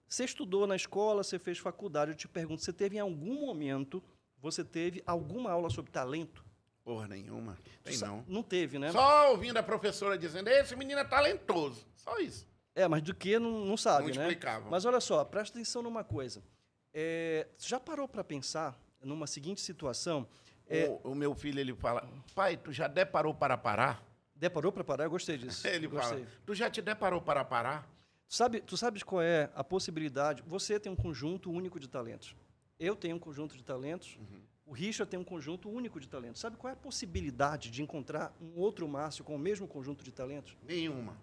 [SPEAKER 2] Você estudou na escola, você fez faculdade, eu te pergunto, você teve em algum momento, você teve alguma aula sobre talento?
[SPEAKER 1] Porra nenhuma. Tem
[SPEAKER 2] Sa-
[SPEAKER 1] não.
[SPEAKER 2] Não teve, né?
[SPEAKER 1] Só ouvindo a professora dizendo, esse menino é talentoso. Só isso.
[SPEAKER 2] É, mas do que não, não sabe,
[SPEAKER 1] Não
[SPEAKER 2] né?
[SPEAKER 1] explicava.
[SPEAKER 2] Mas olha só, presta atenção numa coisa. É, já parou para pensar numa seguinte situação? É,
[SPEAKER 1] O, o meu filho, ele fala, pai, tu já deparou para parar?
[SPEAKER 2] Deparou para parar? Eu gostei disso.
[SPEAKER 1] Ele
[SPEAKER 2] Eu gostei.
[SPEAKER 1] fala, tu já te deparou para parar?
[SPEAKER 2] Sabe, tu sabes qual é a possibilidade? Você tem um conjunto único de talentos. Eu tenho um conjunto de talentos.
[SPEAKER 1] Uhum.
[SPEAKER 2] O Richard tem um conjunto único de talentos. Sabe qual é a possibilidade de encontrar um outro Márcio com o mesmo conjunto de talentos?
[SPEAKER 1] Nenhuma.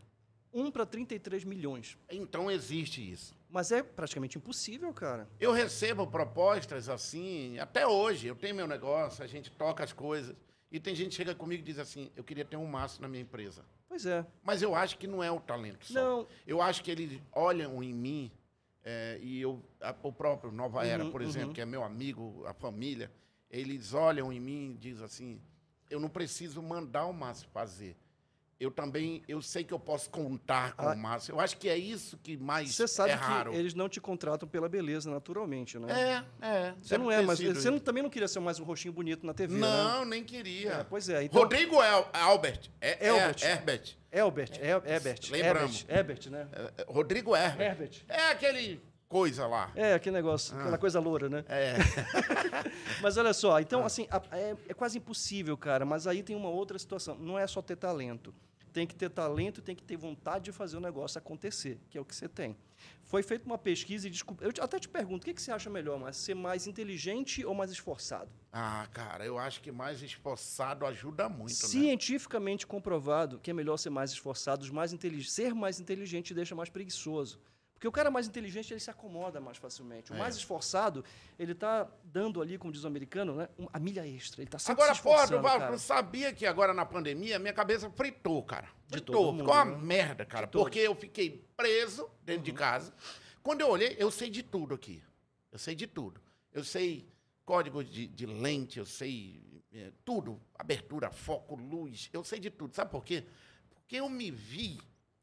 [SPEAKER 2] 1 para 33 milhões.
[SPEAKER 1] Então existe isso.
[SPEAKER 2] Mas é praticamente impossível, cara.
[SPEAKER 1] Eu recebo propostas assim, até hoje, eu tenho meu negócio, a gente toca as coisas. E tem gente que chega comigo e diz assim: eu queria ter um Márcio na minha empresa.
[SPEAKER 2] Pois é.
[SPEAKER 1] Mas eu acho que não é o talento só.
[SPEAKER 2] Não.
[SPEAKER 1] Eu acho que eles olham em mim, é, e eu, a- o próprio Nova Era,
[SPEAKER 2] Uhum,
[SPEAKER 1] por exemplo,
[SPEAKER 2] uhum.
[SPEAKER 1] que é meu amigo, a família, eles olham em mim e dizem assim: eu não preciso mandar o Márcio fazer. Eu também, eu sei que eu posso contar com
[SPEAKER 2] Ah.
[SPEAKER 1] o Márcio. Eu acho que é isso que mais
[SPEAKER 2] Você sabe
[SPEAKER 1] é raro.
[SPEAKER 2] que eles não te contratam pela beleza, naturalmente, né?
[SPEAKER 1] É, é.
[SPEAKER 2] Você
[SPEAKER 1] deve
[SPEAKER 2] não é,
[SPEAKER 1] ter
[SPEAKER 2] mas
[SPEAKER 1] sido
[SPEAKER 2] você não- também não queria ser mais um roxinho bonito na TV, né?
[SPEAKER 1] Não, nem
[SPEAKER 2] É,
[SPEAKER 1] queria.
[SPEAKER 2] pois é. Então,
[SPEAKER 1] Rodrigo El- Albert. É, Herbert.
[SPEAKER 2] Herbert.
[SPEAKER 1] É, Herbert.
[SPEAKER 2] Elbert, El- Ebert,
[SPEAKER 1] É, Lembramos.
[SPEAKER 2] Ebert, Ebert, né?
[SPEAKER 1] É, é, Rodrigo Herbert.
[SPEAKER 2] Herbert.
[SPEAKER 1] É aquele coisa lá.
[SPEAKER 2] É, aquele negócio, aquela coisa loura, né?
[SPEAKER 1] Ah. É. Ah.
[SPEAKER 2] Mas olha só, então, assim, a- é, é quase impossível, cara, mas aí tem uma outra situação. Não é só ter talento. Tem que ter talento, tem que ter vontade de fazer o negócio acontecer, que é o que você tem. Foi feita uma pesquisa e desculpa, eu te- até te pergunto, o que, que você acha melhor, mas ser mais inteligente ou mais esforçado?
[SPEAKER 1] Ah, cara, eu acho que mais esforçado ajuda muito, né?
[SPEAKER 2] Cientificamente comprovado que é melhor ser mais esforçado, mais inteligente. Ser mais inteligente deixa mais preguiçoso. Porque o cara mais inteligente, ele se acomoda mais facilmente. O
[SPEAKER 1] É.
[SPEAKER 2] mais esforçado, ele tá dando ali, como diz o americano, né, um- a milha extra. Ele tá sempre
[SPEAKER 1] Agora,
[SPEAKER 2] se
[SPEAKER 1] porra,
[SPEAKER 2] esforçando,
[SPEAKER 1] Duval,
[SPEAKER 2] cara.
[SPEAKER 1] tu sabia que agora na pandemia minha cabeça fritou, cara.
[SPEAKER 2] De
[SPEAKER 1] Fritou.
[SPEAKER 2] todo
[SPEAKER 1] Ficou uma
[SPEAKER 2] mundo, né?
[SPEAKER 1] merda, cara.
[SPEAKER 2] De todos. Uhum.
[SPEAKER 1] Porque eu fiquei preso dentro de casa. Quando eu olhei, eu sei de tudo aqui. Eu sei de tudo. Eu sei código de, de lente, eu sei eh, tudo. Abertura, foco, luz. Eu sei de tudo. Sabe por quê? Porque eu me vi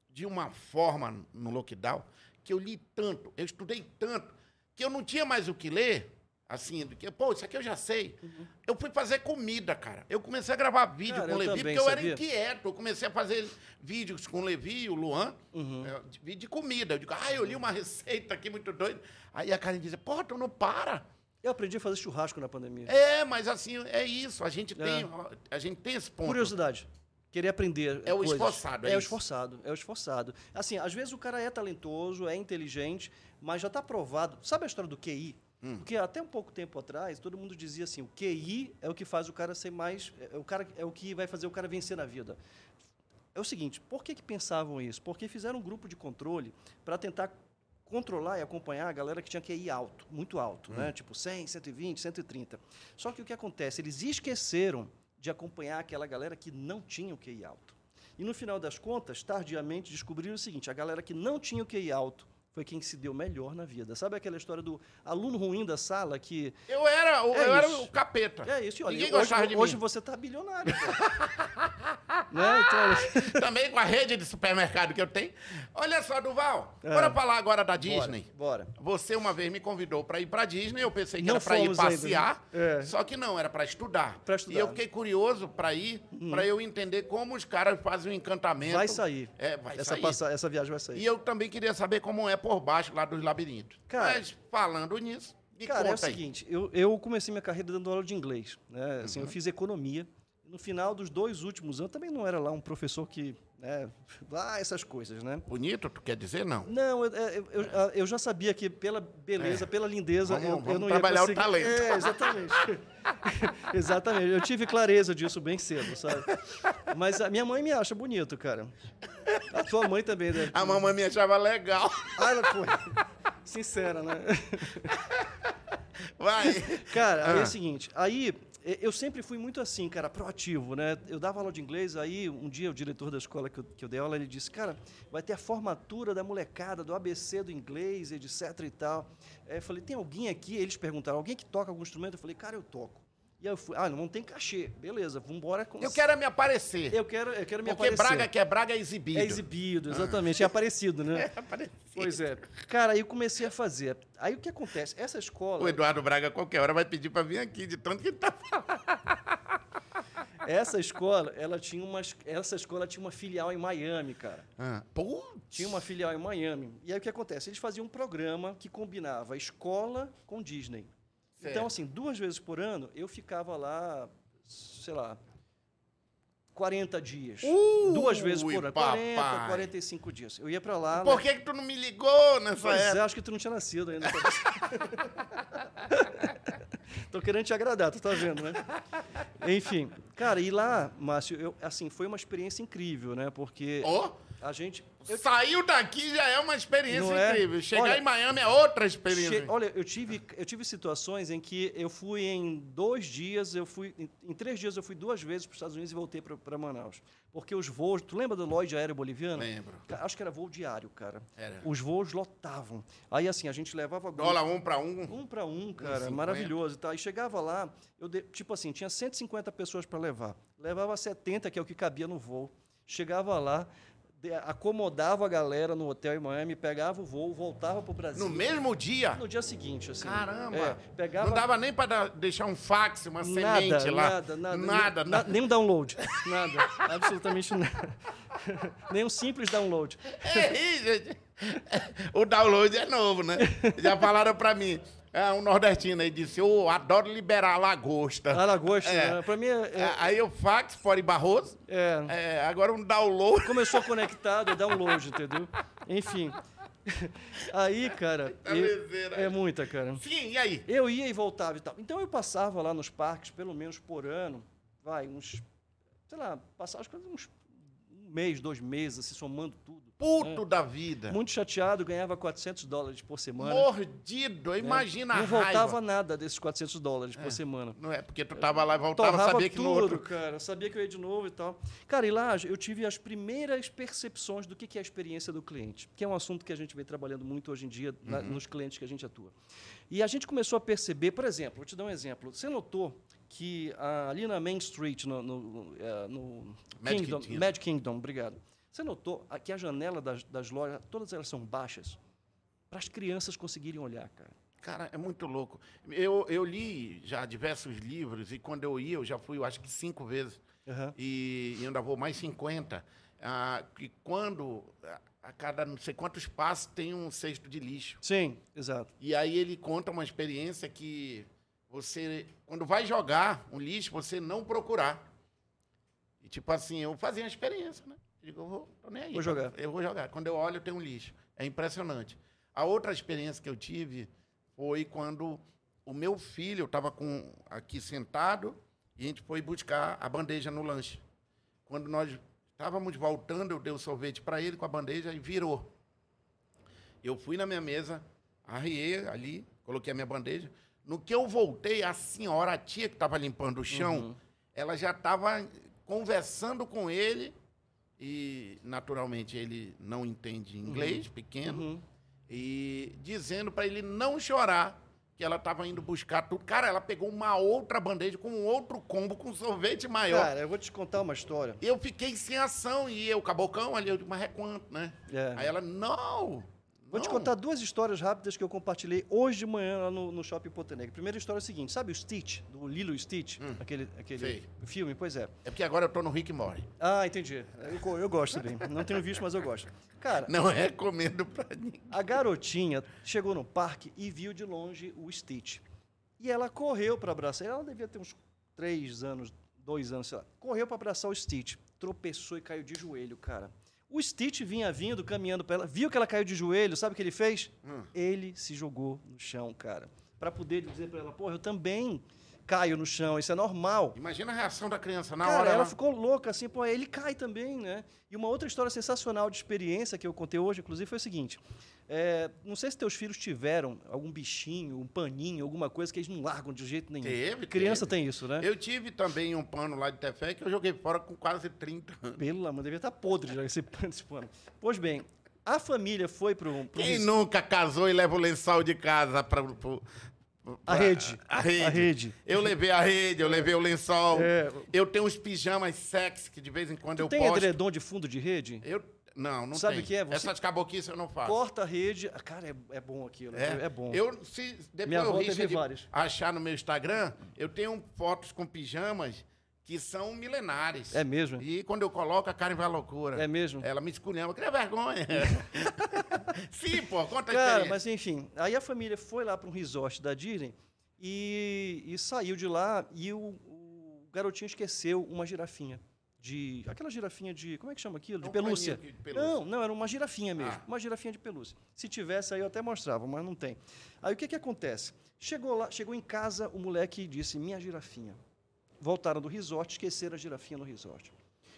[SPEAKER 1] de uma forma no lockdown que eu li tanto, eu estudei tanto, que eu não tinha mais o que ler, assim, do que, pô, isso aqui eu já sei. Eu fui fazer comida, cara. Eu comecei a gravar vídeo
[SPEAKER 2] Uhum. Cara,
[SPEAKER 1] com o
[SPEAKER 2] eu
[SPEAKER 1] Levi,
[SPEAKER 2] também,
[SPEAKER 1] porque eu
[SPEAKER 2] sabia?
[SPEAKER 1] era inquieto. Eu comecei a fazer vídeos com o Levi e o Luan,
[SPEAKER 2] Uhum.
[SPEAKER 1] é, de- vídeo de comida. Eu digo, ah, eu li uma receita aqui muito doida. Aí a Karen dizia, porra, tu não para.
[SPEAKER 2] Eu aprendi a fazer churrasco na pandemia.
[SPEAKER 1] É, mas assim, é isso. A gente
[SPEAKER 2] É.
[SPEAKER 1] tem, a gente tem esse ponto.
[SPEAKER 2] Curiosidade. Querer aprender.
[SPEAKER 1] É o
[SPEAKER 2] coisas.
[SPEAKER 1] esforçado, é
[SPEAKER 2] É o
[SPEAKER 1] isso.
[SPEAKER 2] esforçado, é o esforçado. Assim, às vezes o cara é talentoso, é inteligente, mas já está provado. Sabe a história do QI?
[SPEAKER 1] Hum.
[SPEAKER 2] Porque até um pouco tempo atrás, todo mundo dizia assim: o QI é o que faz o cara ser mais. É o, cara, é o que vai fazer o cara vencer na vida. É o seguinte, por que, que pensavam isso? Porque fizeram um grupo de controle para tentar controlar e acompanhar a galera que tinha que ir alto, muito alto,
[SPEAKER 1] Hum.
[SPEAKER 2] né? Tipo 100, 120, 130. Só que o que acontece? Eles esqueceram de acompanhar aquela galera que não tinha o QI alto. E no final das contas, tardiamente descobriram o seguinte, a galera que não tinha o QI alto foi quem se deu melhor na vida. Sabe aquela história do aluno ruim da sala que
[SPEAKER 1] Eu era, o-
[SPEAKER 2] É
[SPEAKER 1] eu era
[SPEAKER 2] isso.
[SPEAKER 1] o capeta.
[SPEAKER 2] é isso, e olha,
[SPEAKER 1] Ninguém
[SPEAKER 2] hoje,
[SPEAKER 1] gostava de
[SPEAKER 2] hoje
[SPEAKER 1] mim.
[SPEAKER 2] você tá bilionário. cara. né? Então,
[SPEAKER 1] Ah,
[SPEAKER 2] olha-
[SPEAKER 1] Também com a rede de supermercado que eu tenho. Olha só, Duval, bora falar agora da Disney.
[SPEAKER 2] É. Bora. bora.
[SPEAKER 1] Você uma vez me convidou para ir para Disney, eu pensei que
[SPEAKER 2] Não
[SPEAKER 1] era para ir
[SPEAKER 2] fomos ainda,
[SPEAKER 1] passear,
[SPEAKER 2] né? É.
[SPEAKER 1] só que não, era para estudar.
[SPEAKER 2] Pra estudar. Uhum.
[SPEAKER 1] E eu fiquei curioso para ir, para eu entender como os caras fazem o encantamento.
[SPEAKER 2] Vai sair.
[SPEAKER 1] É, vai
[SPEAKER 2] essa
[SPEAKER 1] sair.
[SPEAKER 2] passa- essa viagem vai sair.
[SPEAKER 1] E eu também queria saber como é por baixo lá dos labirintos.
[SPEAKER 2] Cara-
[SPEAKER 1] Mas falando nisso, me
[SPEAKER 2] Cara, é o
[SPEAKER 1] conta aí.
[SPEAKER 2] seguinte, eu, eu comecei minha carreira dando aula de inglês. Né? Assim,
[SPEAKER 1] Uhum.
[SPEAKER 2] Eu fiz economia. No final dos dois últimos anos, também não era lá um professor que... Né, ah, essas coisas, né?
[SPEAKER 1] Bonito, tu quer dizer não?
[SPEAKER 2] Não, eu, é, eu- eu- ah, eu já sabia que pela beleza, pela lindeza,
[SPEAKER 1] É. Vamos-
[SPEAKER 2] eu, eu
[SPEAKER 1] vamos
[SPEAKER 2] não
[SPEAKER 1] trabalhar
[SPEAKER 2] ia
[SPEAKER 1] o
[SPEAKER 2] conseguir.
[SPEAKER 1] talento.
[SPEAKER 2] É, exatamente. exatamente. Eu tive clareza disso bem cedo, sabe? Mas a minha mãe me acha bonito, cara. A tua mãe também, né?
[SPEAKER 1] A mamãe me achava legal.
[SPEAKER 2] Ah, ela foi. Sincera, né?
[SPEAKER 1] Vai.
[SPEAKER 2] Cara, aí é
[SPEAKER 1] Ah.
[SPEAKER 2] o seguinte, aí e- eu sempre fui muito assim, cara, proativo, né? Eu dava aula de inglês, aí um dia o diretor da escola que eu, que eu dei aula, ele disse, cara, vai ter a formatura da molecada, do ABC do inglês, etc e tal. Aí eu falei, tem alguém aqui? Eles perguntaram, alguém que toca algum instrumento? Eu falei, cara, eu toco. E aí eu fui, ah, não tem cachê. Beleza, vambora. Com...
[SPEAKER 1] Eu quero é me aparecer.
[SPEAKER 2] Eu quero, eu quero me
[SPEAKER 1] Porque
[SPEAKER 2] aparecer.
[SPEAKER 1] Braga que é Ah. Braga é exibido.
[SPEAKER 2] É exibido, exatamente. É aparecido, né? Pois é. Cara, aí eu comecei a fazer. Aí o que acontece? Essa escola...
[SPEAKER 1] O Eduardo Braga, qualquer hora, vai pedir pra vir aqui, de tanto que ele tá falando.
[SPEAKER 2] Essa escola, ela tinha uma, es- essa escola tinha uma filial em Miami, cara.
[SPEAKER 1] Ah, pô,
[SPEAKER 2] Tinha uma filial em Miami. E aí o que acontece? Eles faziam um programa que combinava escola com Disney.
[SPEAKER 1] Certo.
[SPEAKER 2] Então, assim, duas vezes por ano, eu ficava lá, sei lá, 40 dias.
[SPEAKER 1] Uh! Ui,
[SPEAKER 2] duas vezes por ano. 40,
[SPEAKER 1] papai.
[SPEAKER 2] 45 dias. Eu ia pra lá.
[SPEAKER 1] por que, que tu não me ligou nessa
[SPEAKER 2] Pois é,
[SPEAKER 1] época?
[SPEAKER 2] acho que tu não tinha nascido ainda. Tô querendo te agradar, tu tá vendo, né? Enfim, cara, e lá, Márcio, eu, assim, foi uma experiência incrível, né? Porque
[SPEAKER 1] Ó,
[SPEAKER 2] a gente. eu
[SPEAKER 1] saiu daqui já é uma experiência
[SPEAKER 2] Não é?
[SPEAKER 1] incrível. Chegar
[SPEAKER 2] Olha,
[SPEAKER 1] em Miami é outra experiência.
[SPEAKER 2] che- olha, eu tive, eu tive situações em que eu fui em dois dias, eu fui. Em, em três dias eu fui duas vezes para os Estados Unidos e voltei para Manaus. Porque os voos. Tu lembra do Lloyd Aéreo Boliviano?
[SPEAKER 1] Lembro. É.
[SPEAKER 2] Ca- Acho que era voo diário, cara.
[SPEAKER 1] Era.
[SPEAKER 2] Os voos lotavam. Aí, assim, a gente levava
[SPEAKER 1] Dólar um pra um.
[SPEAKER 2] Um para um, cara,
[SPEAKER 1] 1,50.
[SPEAKER 2] maravilhoso. Tá? E chegava lá, eu de- tipo assim, tinha 150 pessoas para levar. Levava 70, que é o que cabia no voo. Chegava lá, de- acomodava a galera no hotel em Miami, pegava o voo, voltava pro Brasil.
[SPEAKER 1] No mesmo dia.
[SPEAKER 2] No dia seguinte, assim.
[SPEAKER 1] Caramba.
[SPEAKER 2] É, pegava
[SPEAKER 1] Não dava nem pra dar- deixar um fax, uma semente
[SPEAKER 2] nada,
[SPEAKER 1] lá.
[SPEAKER 2] nada, nada,
[SPEAKER 1] Nada,
[SPEAKER 2] nem,
[SPEAKER 1] nada.
[SPEAKER 2] na- nem um download. Nada, absolutamente nada. nem um simples download.
[SPEAKER 1] Ei, É gente. O download é novo, né? Já falaram pra mim. É, um nordestino aí disse, eu adoro liberar lagosta.
[SPEAKER 2] A lagosta,
[SPEAKER 1] É.
[SPEAKER 2] né? pra mim, é-
[SPEAKER 1] É, Aí o fax, fora e Barroso.
[SPEAKER 2] é,
[SPEAKER 1] É, agora um download.
[SPEAKER 2] começou conectado, é download, entendeu? Enfim. Aí, cara.
[SPEAKER 1] É
[SPEAKER 2] eu-
[SPEAKER 1] lezeira.
[SPEAKER 2] é muita, cara.
[SPEAKER 1] Sim, e aí?
[SPEAKER 2] Eu ia e voltava e tal. Então eu passava lá nos parques, pelo menos por ano, vai, uns. Sei lá, passava acho que uns um mês, dois meses, assim, somando tudo.
[SPEAKER 1] Puto
[SPEAKER 2] É.
[SPEAKER 1] da vida.
[SPEAKER 2] Muito chateado, ganhava 400 dólares por semana.
[SPEAKER 1] Mordido. Imagina
[SPEAKER 2] É. Não
[SPEAKER 1] a raiva.
[SPEAKER 2] voltava nada desses 400 dólares por semana.
[SPEAKER 1] Não é porque tu tava lá e voltava,
[SPEAKER 2] Torrava
[SPEAKER 1] sabia que
[SPEAKER 2] tudo,
[SPEAKER 1] no outro...
[SPEAKER 2] cara. Sabia que eu ia de novo e tal. Cara, e lá eu tive as primeiras percepções do que que é a experiência do cliente, que é um assunto que a gente vem trabalhando muito hoje em dia na-
[SPEAKER 1] Uhum.
[SPEAKER 2] nos clientes que a gente atua. E a gente começou a perceber, por exemplo, vou te dar um exemplo. Você notou que ah, ali na Main Street, no, no, no, eh, no
[SPEAKER 1] Magic
[SPEAKER 2] Kingdom,
[SPEAKER 1] Kingdom.
[SPEAKER 2] Magic Kingdom, obrigado. Você notou a- que a janela das, das lojas, todas elas são baixas, para as crianças conseguirem olhar, cara.
[SPEAKER 1] Cara, é muito louco. Eu, eu li já diversos livros e quando eu ia, eu já fui, eu acho que cinco vezes.
[SPEAKER 2] Aham.
[SPEAKER 1] E, e ainda vou mais 50. Ah, que quando a- a cada não sei quantos passos tem um cesto de lixo.
[SPEAKER 2] Sim, exato.
[SPEAKER 1] E aí ele conta uma experiência que você, quando vai jogar um lixo, você não procurar. E tipo assim, eu fazia uma experiência, né? Eu digo, eu vou, tô nem aí.
[SPEAKER 2] Vou jogar.
[SPEAKER 1] Eu vou jogar. Quando eu olho, tem um lixo. É impressionante. A outra experiência que eu tive foi quando o meu filho estava com aqui sentado e a gente foi buscar a bandeja no lanche. Quando nós estávamos voltando, eu dei o sorvete para ele com a bandeja e virou. Eu fui na minha mesa, arriei ali, coloquei a minha bandeja. No que eu voltei, a senhora, a tia que estava limpando o chão,
[SPEAKER 2] Uhum.
[SPEAKER 1] ela já estava conversando com ele. E, naturalmente, ele não entende inglês, pequeno.
[SPEAKER 2] Uhum.
[SPEAKER 1] E dizendo para ele não chorar, que ela estava indo buscar tudo. Cara, ela pegou uma outra bandeja com um outro combo, com sorvete maior.
[SPEAKER 2] Cara, eu vou te contar uma história.
[SPEAKER 1] Eu fiquei sem ação. E eu, cabocão, ali, eu digo, mas é quanto, né?
[SPEAKER 2] É.
[SPEAKER 1] Aí ela, não!
[SPEAKER 2] Vou te
[SPEAKER 1] não."
[SPEAKER 2] contar duas histórias rápidas que eu compartilhei hoje de manhã lá no, no Shopping Pontenegro. Primeira história é a seguinte, sabe o Stitch, do Lilo e Stitch? aquele aquele
[SPEAKER 1] Hum, sei.
[SPEAKER 2] filme? Pois é.
[SPEAKER 1] É porque agora eu tô no Rick Mori.
[SPEAKER 2] Ah, entendi. Eu, go- eu gosto também. Não tenho visto, mas eu gosto. Cara,
[SPEAKER 1] Não recomendo pra ninguém.
[SPEAKER 2] a garotinha chegou no parque e viu de longe o Stitch. E ela correu para abraçar. Ela devia ter uns três anos, dois anos, sei lá. Correu para abraçar o Stitch. Tropeçou e caiu de joelho, cara. O Stitch vinha vindo, caminhando para ela. Viu que ela caiu de joelho, sabe o que ele fez? Ele se jogou no chão, cara. Para poder dizer para ela, porra, eu também caio no chão, isso é normal.
[SPEAKER 1] Imagina a reação da criança na
[SPEAKER 2] Cara,
[SPEAKER 1] hora.
[SPEAKER 2] ela
[SPEAKER 1] Ela...
[SPEAKER 2] ficou louca, assim, pô, ele cai também, né? E uma outra história sensacional de experiência que eu contei hoje, inclusive, foi o seguinte. é, não sei se teus filhos tiveram algum bichinho, um paninho, alguma coisa que eles não largam de jeito nenhum.
[SPEAKER 1] Teve,
[SPEAKER 2] Criança
[SPEAKER 1] teve.
[SPEAKER 2] tem isso, né?
[SPEAKER 1] Eu tive também um pano lá de tefé que eu joguei fora com quase 30 anos.
[SPEAKER 2] Pelo amor, devia estar podre já esse, pano- esse pano. Pois bem, a família foi pro... pro
[SPEAKER 1] Quem
[SPEAKER 2] res-
[SPEAKER 1] nunca casou e leva o lençol de casa pra... pro- pro- pra-
[SPEAKER 2] A rede.
[SPEAKER 1] A rede.
[SPEAKER 2] A rede.
[SPEAKER 1] Eu levei a rede, eu levei o lençol.
[SPEAKER 2] É.
[SPEAKER 1] Eu tenho uns pijamas sexy que de vez em quando eu
[SPEAKER 2] Tem
[SPEAKER 1] posto.
[SPEAKER 2] edredom de fundo de rede?
[SPEAKER 1] Eu... Não, não
[SPEAKER 2] Sabe
[SPEAKER 1] tem.
[SPEAKER 2] o que é? Você-
[SPEAKER 1] Essas caboquices eu não faço.
[SPEAKER 2] Corta a rede... Ah, Cara, é, é bom aquilo. É, bom.
[SPEAKER 1] Eu, se depois
[SPEAKER 2] Minha
[SPEAKER 1] eu
[SPEAKER 2] avó teve
[SPEAKER 1] Richard
[SPEAKER 2] várias.
[SPEAKER 1] achar no meu Instagram, eu tenho fotos com pijamas que são milenares.
[SPEAKER 2] É mesmo?
[SPEAKER 1] E quando eu coloco, a Karen vai à loucura.
[SPEAKER 2] É mesmo?
[SPEAKER 1] Ela me esculhamba, cria vergonha. Sim, pô, conta a
[SPEAKER 2] Cara,
[SPEAKER 1] experiência.
[SPEAKER 2] mas enfim, aí a família foi lá para um resort da Disney e, e saiu de lá e o, o garotinho esqueceu uma girafinha. De, aquela girafinha de. Como é que chama aquilo? De
[SPEAKER 1] É um
[SPEAKER 2] pelúcia.
[SPEAKER 1] paninho de pelúcia.
[SPEAKER 2] Não, não, era uma girafinha mesmo.
[SPEAKER 1] Ah.
[SPEAKER 2] Uma girafinha de pelúcia. Se tivesse, aí eu até mostrava, mas não tem. Aí o que, que acontece? Chegou lá, chegou em casa, o moleque disse: Minha girafinha. Voltaram do resort, esqueceram a girafinha no resort.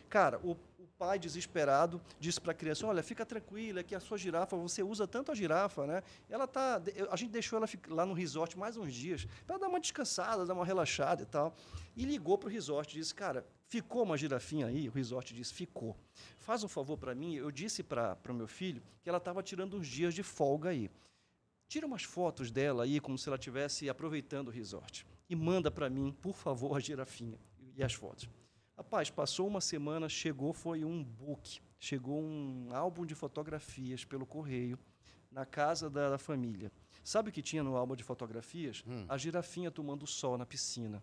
[SPEAKER 2] Cara, o, o pai desesperado disse para a criança: Olha, fica tranquila, que a sua girafa, você usa tanto a girafa, né? Ela tá, de- eu- a gente deixou ela fi- lá no resort mais uns dias para dar uma descansada, dar uma relaxada e tal. E ligou para o resort e disse: Cara, ficou uma girafinha aí? O resort disse: Ficou. Faz um favor para mim. Eu disse para o meu filho que ela estava tirando uns dias de folga aí. Tira umas fotos dela aí, como se ela estivesse aproveitando o resort. E manda para mim, por favor, a girafinha e as fotos. Rapaz, passou uma semana, chegou, foi um book. Chegou um álbum de fotografias pelo correio na casa da, da família. Sabe o que tinha no álbum de fotografias? A girafinha tomando sol na piscina.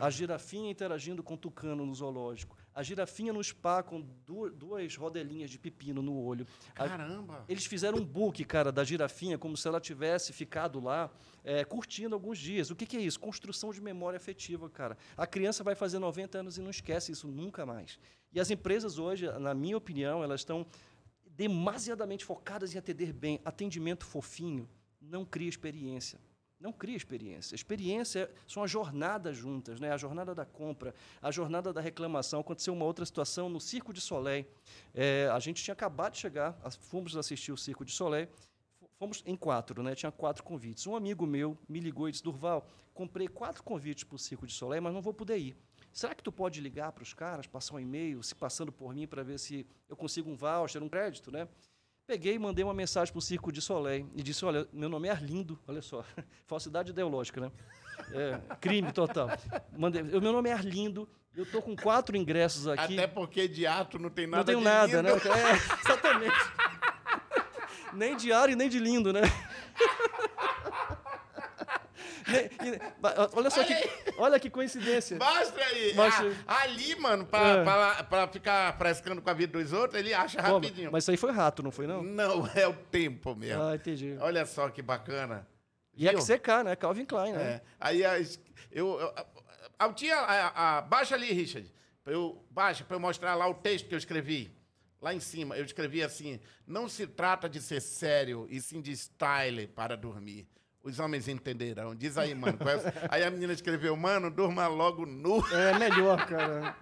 [SPEAKER 2] A girafinha interagindo com o tucano no zoológico. A girafinha no spa com du- duas rodelinhas de pepino no olho. A-
[SPEAKER 1] Caramba.
[SPEAKER 2] eles fizeram um book, cara, da girafinha, como se ela tivesse ficado lá é, curtindo alguns dias. O que, que é isso? Construção de memória afetiva, cara. A criança vai fazer 90 anos e não esquece isso nunca mais. E as empresas hoje, na minha opinião, elas estão demasiadamente focadas em atender bem. Atendimento fofinho não cria experiência. Não cria experiência. Experiência são as jornadas juntas, né? A jornada da compra, a jornada da reclamação. Aconteceu uma outra situação no Circo de Soleil. É, a gente tinha acabado de chegar, as- fomos assistir o Circo de Soleil. F- Fomos em quatro, né? Tinha quatro convites. Um amigo meu me ligou e disse: Durval, comprei quatro convites para o Circo de Soleil, mas não vou poder ir. Será que tu pode ligar para os caras, passar um e-mail, se passando por mim, para ver se eu consigo um voucher, um crédito, né? Peguei e mandei uma mensagem para o Circo de Soleil e disse: Olha, meu nome é Arlindo, olha só, falsidade ideológica, né? É, crime total. Mandei, "O meu nome é Arlindo, eu tô com quatro ingressos aqui.
[SPEAKER 1] Até porque de ato não tem nada
[SPEAKER 2] Não tenho
[SPEAKER 1] de lindo.
[SPEAKER 2] nada, né? É, exatamente. nem de ar e nem de lindo, né? Nem- e- ba- olha só que, olha que coincidência.
[SPEAKER 1] Mostra aí.
[SPEAKER 2] Mostra aí.
[SPEAKER 1] Ah, ali, mano, pra,
[SPEAKER 2] É.
[SPEAKER 1] pra- pra ficar frescando com a vida dos outros, ele acha
[SPEAKER 2] Pô,
[SPEAKER 1] rapidinho.
[SPEAKER 2] mas isso aí foi rato, não foi não?
[SPEAKER 1] Não, é o tempo mesmo.
[SPEAKER 2] Ah, entendi.
[SPEAKER 1] Olha só que bacana.
[SPEAKER 2] E é
[SPEAKER 1] Viu?
[SPEAKER 2] que secar, né? Calvin Klein, né?
[SPEAKER 1] É. Aí as- eu, eu, a- a- tinha- a- a- baixa ali, Richard. Pra Eu, baixa para eu mostrar lá o texto que eu escrevi. Lá em cima, eu escrevi assim: Não se trata de ser sério, e sim de style para dormir. Os homens entenderão. Diz aí, mano. qual é- aí a menina escreveu: Mano, durma logo nu.
[SPEAKER 2] É melhor, cara.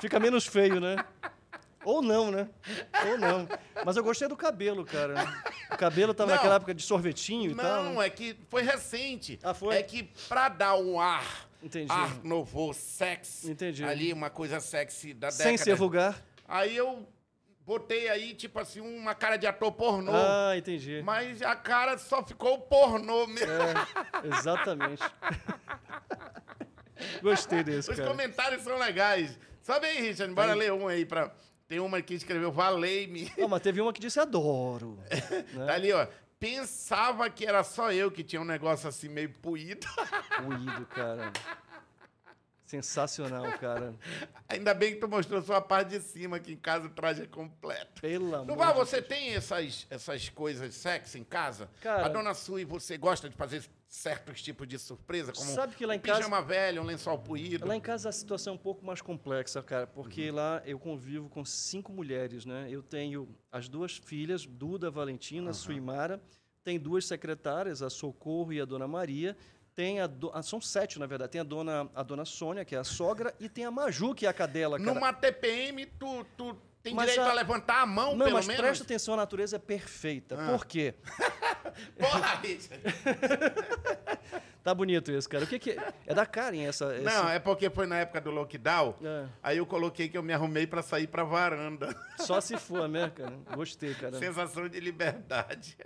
[SPEAKER 2] Fica menos feio, né? Ou não, né? Ou não. Mas eu gostei do cabelo, cara. O cabelo tava
[SPEAKER 1] Não.
[SPEAKER 2] naquela época de sorvetinho e tal.
[SPEAKER 1] Não, é que foi recente.
[SPEAKER 2] Então? Ah, foi?
[SPEAKER 1] É que pra dar um ar.
[SPEAKER 2] Entendi.
[SPEAKER 1] Ar novo, sexy.
[SPEAKER 2] Entendi.
[SPEAKER 1] Ali, uma coisa sexy da década.
[SPEAKER 2] Sem ser vulgar.
[SPEAKER 1] Aí eu botei aí, tipo assim, uma cara de ator pornô.
[SPEAKER 2] Ah, entendi.
[SPEAKER 1] Mas a cara só ficou pornô mesmo.
[SPEAKER 2] É, exatamente. Gostei desse,
[SPEAKER 1] Os
[SPEAKER 2] cara.
[SPEAKER 1] comentários são legais. Sobe aí, Richard. Bora ler um aí pra. Tem uma que escreveu Valei-me.
[SPEAKER 2] Não, mas teve uma que disse adoro. né?
[SPEAKER 1] Tá ali, ó. Pensava que era só eu que tinha um negócio assim meio puído.
[SPEAKER 2] Ruído, cara. Sensacional, cara.
[SPEAKER 1] Ainda bem que tu mostrou só a parte de cima, que em casa o traje é completo.
[SPEAKER 2] Pelo amor
[SPEAKER 1] Duval,
[SPEAKER 2] de
[SPEAKER 1] você tem essas, essas coisas sexy em casa?
[SPEAKER 2] Cara-
[SPEAKER 1] a dona Sui, você gosta de fazer certos tipos de surpresa, como
[SPEAKER 2] Sabe que lá em
[SPEAKER 1] um pijama
[SPEAKER 2] casa-
[SPEAKER 1] velho, um lençol puído?
[SPEAKER 2] Lá em casa a situação é um pouco mais complexa, cara, porque lá eu convivo com cinco mulheres, né? Eu tenho as duas filhas, Duda, Valentina, Suimara, tem duas secretárias, a Socorro e a Dona Maria. Tem a do- ah, são sete, na verdade. Tem a dona, a dona Sônia, que é a sogra, e tem a Maju, que é a cadela, cara.
[SPEAKER 1] Numa TPM, tu, tu tem
[SPEAKER 2] Mas
[SPEAKER 1] direito a...
[SPEAKER 2] a-
[SPEAKER 1] levantar a mão,
[SPEAKER 2] Não,
[SPEAKER 1] Então, pelo
[SPEAKER 2] mas
[SPEAKER 1] menos? Ah.
[SPEAKER 2] presta atenção, a natureza é perfeita. Por quê?
[SPEAKER 1] Porra, Richard.
[SPEAKER 2] Tá bonito isso, cara. O que que é? É da Karen essa... esse-
[SPEAKER 1] Não, é porque foi na época do lockdown,
[SPEAKER 2] É.
[SPEAKER 1] aí eu coloquei que eu me arrumei pra sair pra varanda.
[SPEAKER 2] Só se for, né, cara? Gostei, cara.
[SPEAKER 1] Sensação de liberdade.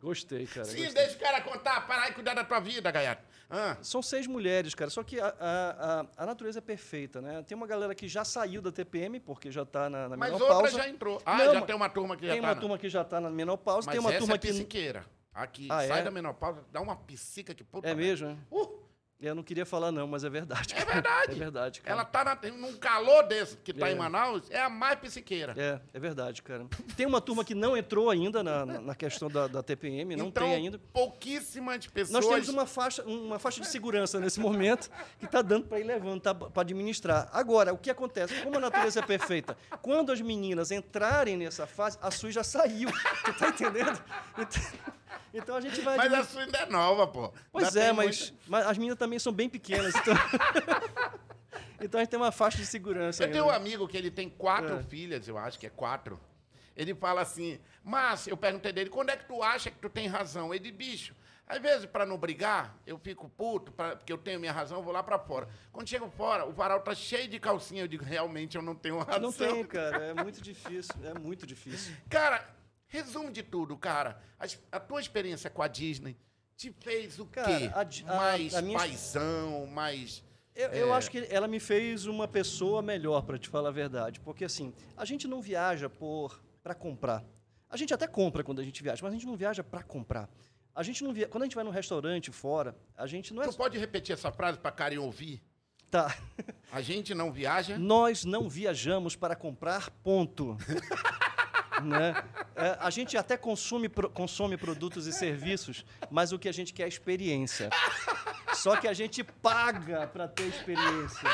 [SPEAKER 2] Gostei, cara.
[SPEAKER 1] Sim,
[SPEAKER 2] Gostei. é
[SPEAKER 1] deixa o cara contar, parar e cuidar da tua vida, gaiato. Ah,
[SPEAKER 2] São seis mulheres, cara. Só que a, a, a- a natureza é perfeita, né? Tem uma galera que já saiu da TPM, porque já tá na, na
[SPEAKER 1] mas outra
[SPEAKER 2] menopausa.
[SPEAKER 1] já entrou. Ah,
[SPEAKER 2] Não,
[SPEAKER 1] já
[SPEAKER 2] mas-
[SPEAKER 1] tem uma turma que já
[SPEAKER 2] Tem
[SPEAKER 1] tá.
[SPEAKER 2] uma
[SPEAKER 1] na-
[SPEAKER 2] turma que já tá na menopausa,
[SPEAKER 1] Mas
[SPEAKER 2] tem uma
[SPEAKER 1] essa
[SPEAKER 2] turma
[SPEAKER 1] é
[SPEAKER 2] que...
[SPEAKER 1] psiqueira. Aqui,
[SPEAKER 2] Ah,
[SPEAKER 1] sai
[SPEAKER 2] é?
[SPEAKER 1] da menopausa, dá uma psica que puta.
[SPEAKER 2] É
[SPEAKER 1] merda.
[SPEAKER 2] mesmo, né?
[SPEAKER 1] Uh,
[SPEAKER 2] Eu não queria falar, não, mas é verdade.
[SPEAKER 1] É
[SPEAKER 2] cara.
[SPEAKER 1] verdade.
[SPEAKER 2] É verdade, cara.
[SPEAKER 1] Ela tá na- num calor desse que tá
[SPEAKER 2] É.
[SPEAKER 1] em Manaus, é a mais psiqueira.
[SPEAKER 2] É, é verdade, cara. Tem uma turma que não entrou ainda na, na- na questão da, da TPM, não
[SPEAKER 1] então,
[SPEAKER 2] tem ainda.
[SPEAKER 1] pouquíssimas de pessoas.
[SPEAKER 2] Nós temos uma faixa, uma faixa de segurança nesse momento que está dando para ir levando, tá, para administrar. Agora, o que acontece? Como a natureza é perfeita, quando as meninas entrarem nessa fase, a Sui já saiu. Tu tá entendendo? Então, então a gente vai.
[SPEAKER 1] Mas
[SPEAKER 2] administrar.
[SPEAKER 1] a sua ainda é nova, pô.
[SPEAKER 2] Pois
[SPEAKER 1] Ainda
[SPEAKER 2] é,
[SPEAKER 1] tem
[SPEAKER 2] mas,
[SPEAKER 1] muita-
[SPEAKER 2] mas as meninas também são bem pequenas. Então, então a gente tem uma faixa de segurança. né?
[SPEAKER 1] Eu tenho um
[SPEAKER 2] ainda.
[SPEAKER 1] amigo que ele tem quatro
[SPEAKER 2] É.
[SPEAKER 1] filhas, eu acho que é quatro. Ele fala assim, mas eu perguntei dele, quando é que tu acha que tu tem razão? Ele, bicho, às vezes para não brigar, eu fico puto, pra- porque eu tenho minha razão, eu vou lá para fora. Quando chego fora, o varal tá cheio de calcinha, eu digo, realmente eu não tenho razão.
[SPEAKER 2] Não tem, cara. É muito difícil. É muito difícil.
[SPEAKER 1] Cara, resumo de tudo, cara. As- A, tua experiência com a Disney te fez o
[SPEAKER 2] Cara,
[SPEAKER 1] quê?
[SPEAKER 2] a Di- a-
[SPEAKER 1] mais
[SPEAKER 2] a minha-
[SPEAKER 1] paisão, mais...
[SPEAKER 2] Eu, eu acho que ela me fez uma pessoa melhor, para te falar a verdade. Porque, assim, a gente não viaja por para comprar. A gente até compra quando a gente viaja, mas a gente não viaja para comprar. A gente não via... Quando a gente vai num restaurante fora, a gente não é.
[SPEAKER 1] Tu pode repetir essa frase para Karen ouvir?
[SPEAKER 2] Tá.
[SPEAKER 1] A gente não viaja...
[SPEAKER 2] Nós não viajamos para comprar, ponto. né? É, a gente até consome, pro- consome produtos e serviços, mas o que a gente quer é experiência. Só que a gente paga para ter experiência.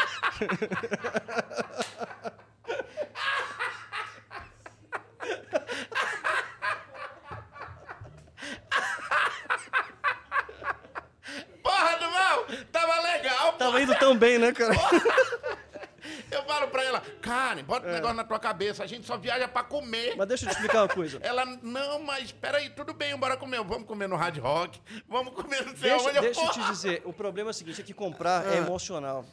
[SPEAKER 1] Porra, Duval, tava legal. pô.
[SPEAKER 2] Tava indo tão bem, né, cara?
[SPEAKER 1] Eu falo pra ela, Karen, bota um negócio na tua cabeça, a gente só viaja pra comer.
[SPEAKER 2] É. Mas deixa eu te explicar uma coisa.
[SPEAKER 1] Ela, não, mas peraí, tudo bem, bora comer. Vamos comer no Hard Rock, vamos comer no céu.
[SPEAKER 2] Deixa,
[SPEAKER 1] Olha,
[SPEAKER 2] deixa eu te
[SPEAKER 1] é porra. Ah.
[SPEAKER 2] dizer, o problema é o seguinte, é que comprar é emocional.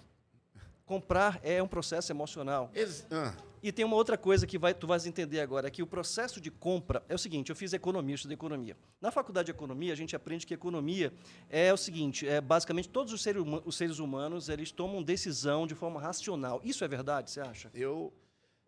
[SPEAKER 2] Comprar é um processo emocional.
[SPEAKER 1] Ex- ah,
[SPEAKER 2] E tem uma outra coisa que vai, tu vais entender agora, é que o processo de compra é o seguinte, eu fiz economia, estudei economia. Na faculdade de economia, a gente aprende que economia é o seguinte, é basicamente todos os seres, huma- os seres humanos, eles tomam decisão de forma racional. Isso é verdade, você acha?
[SPEAKER 1] eu.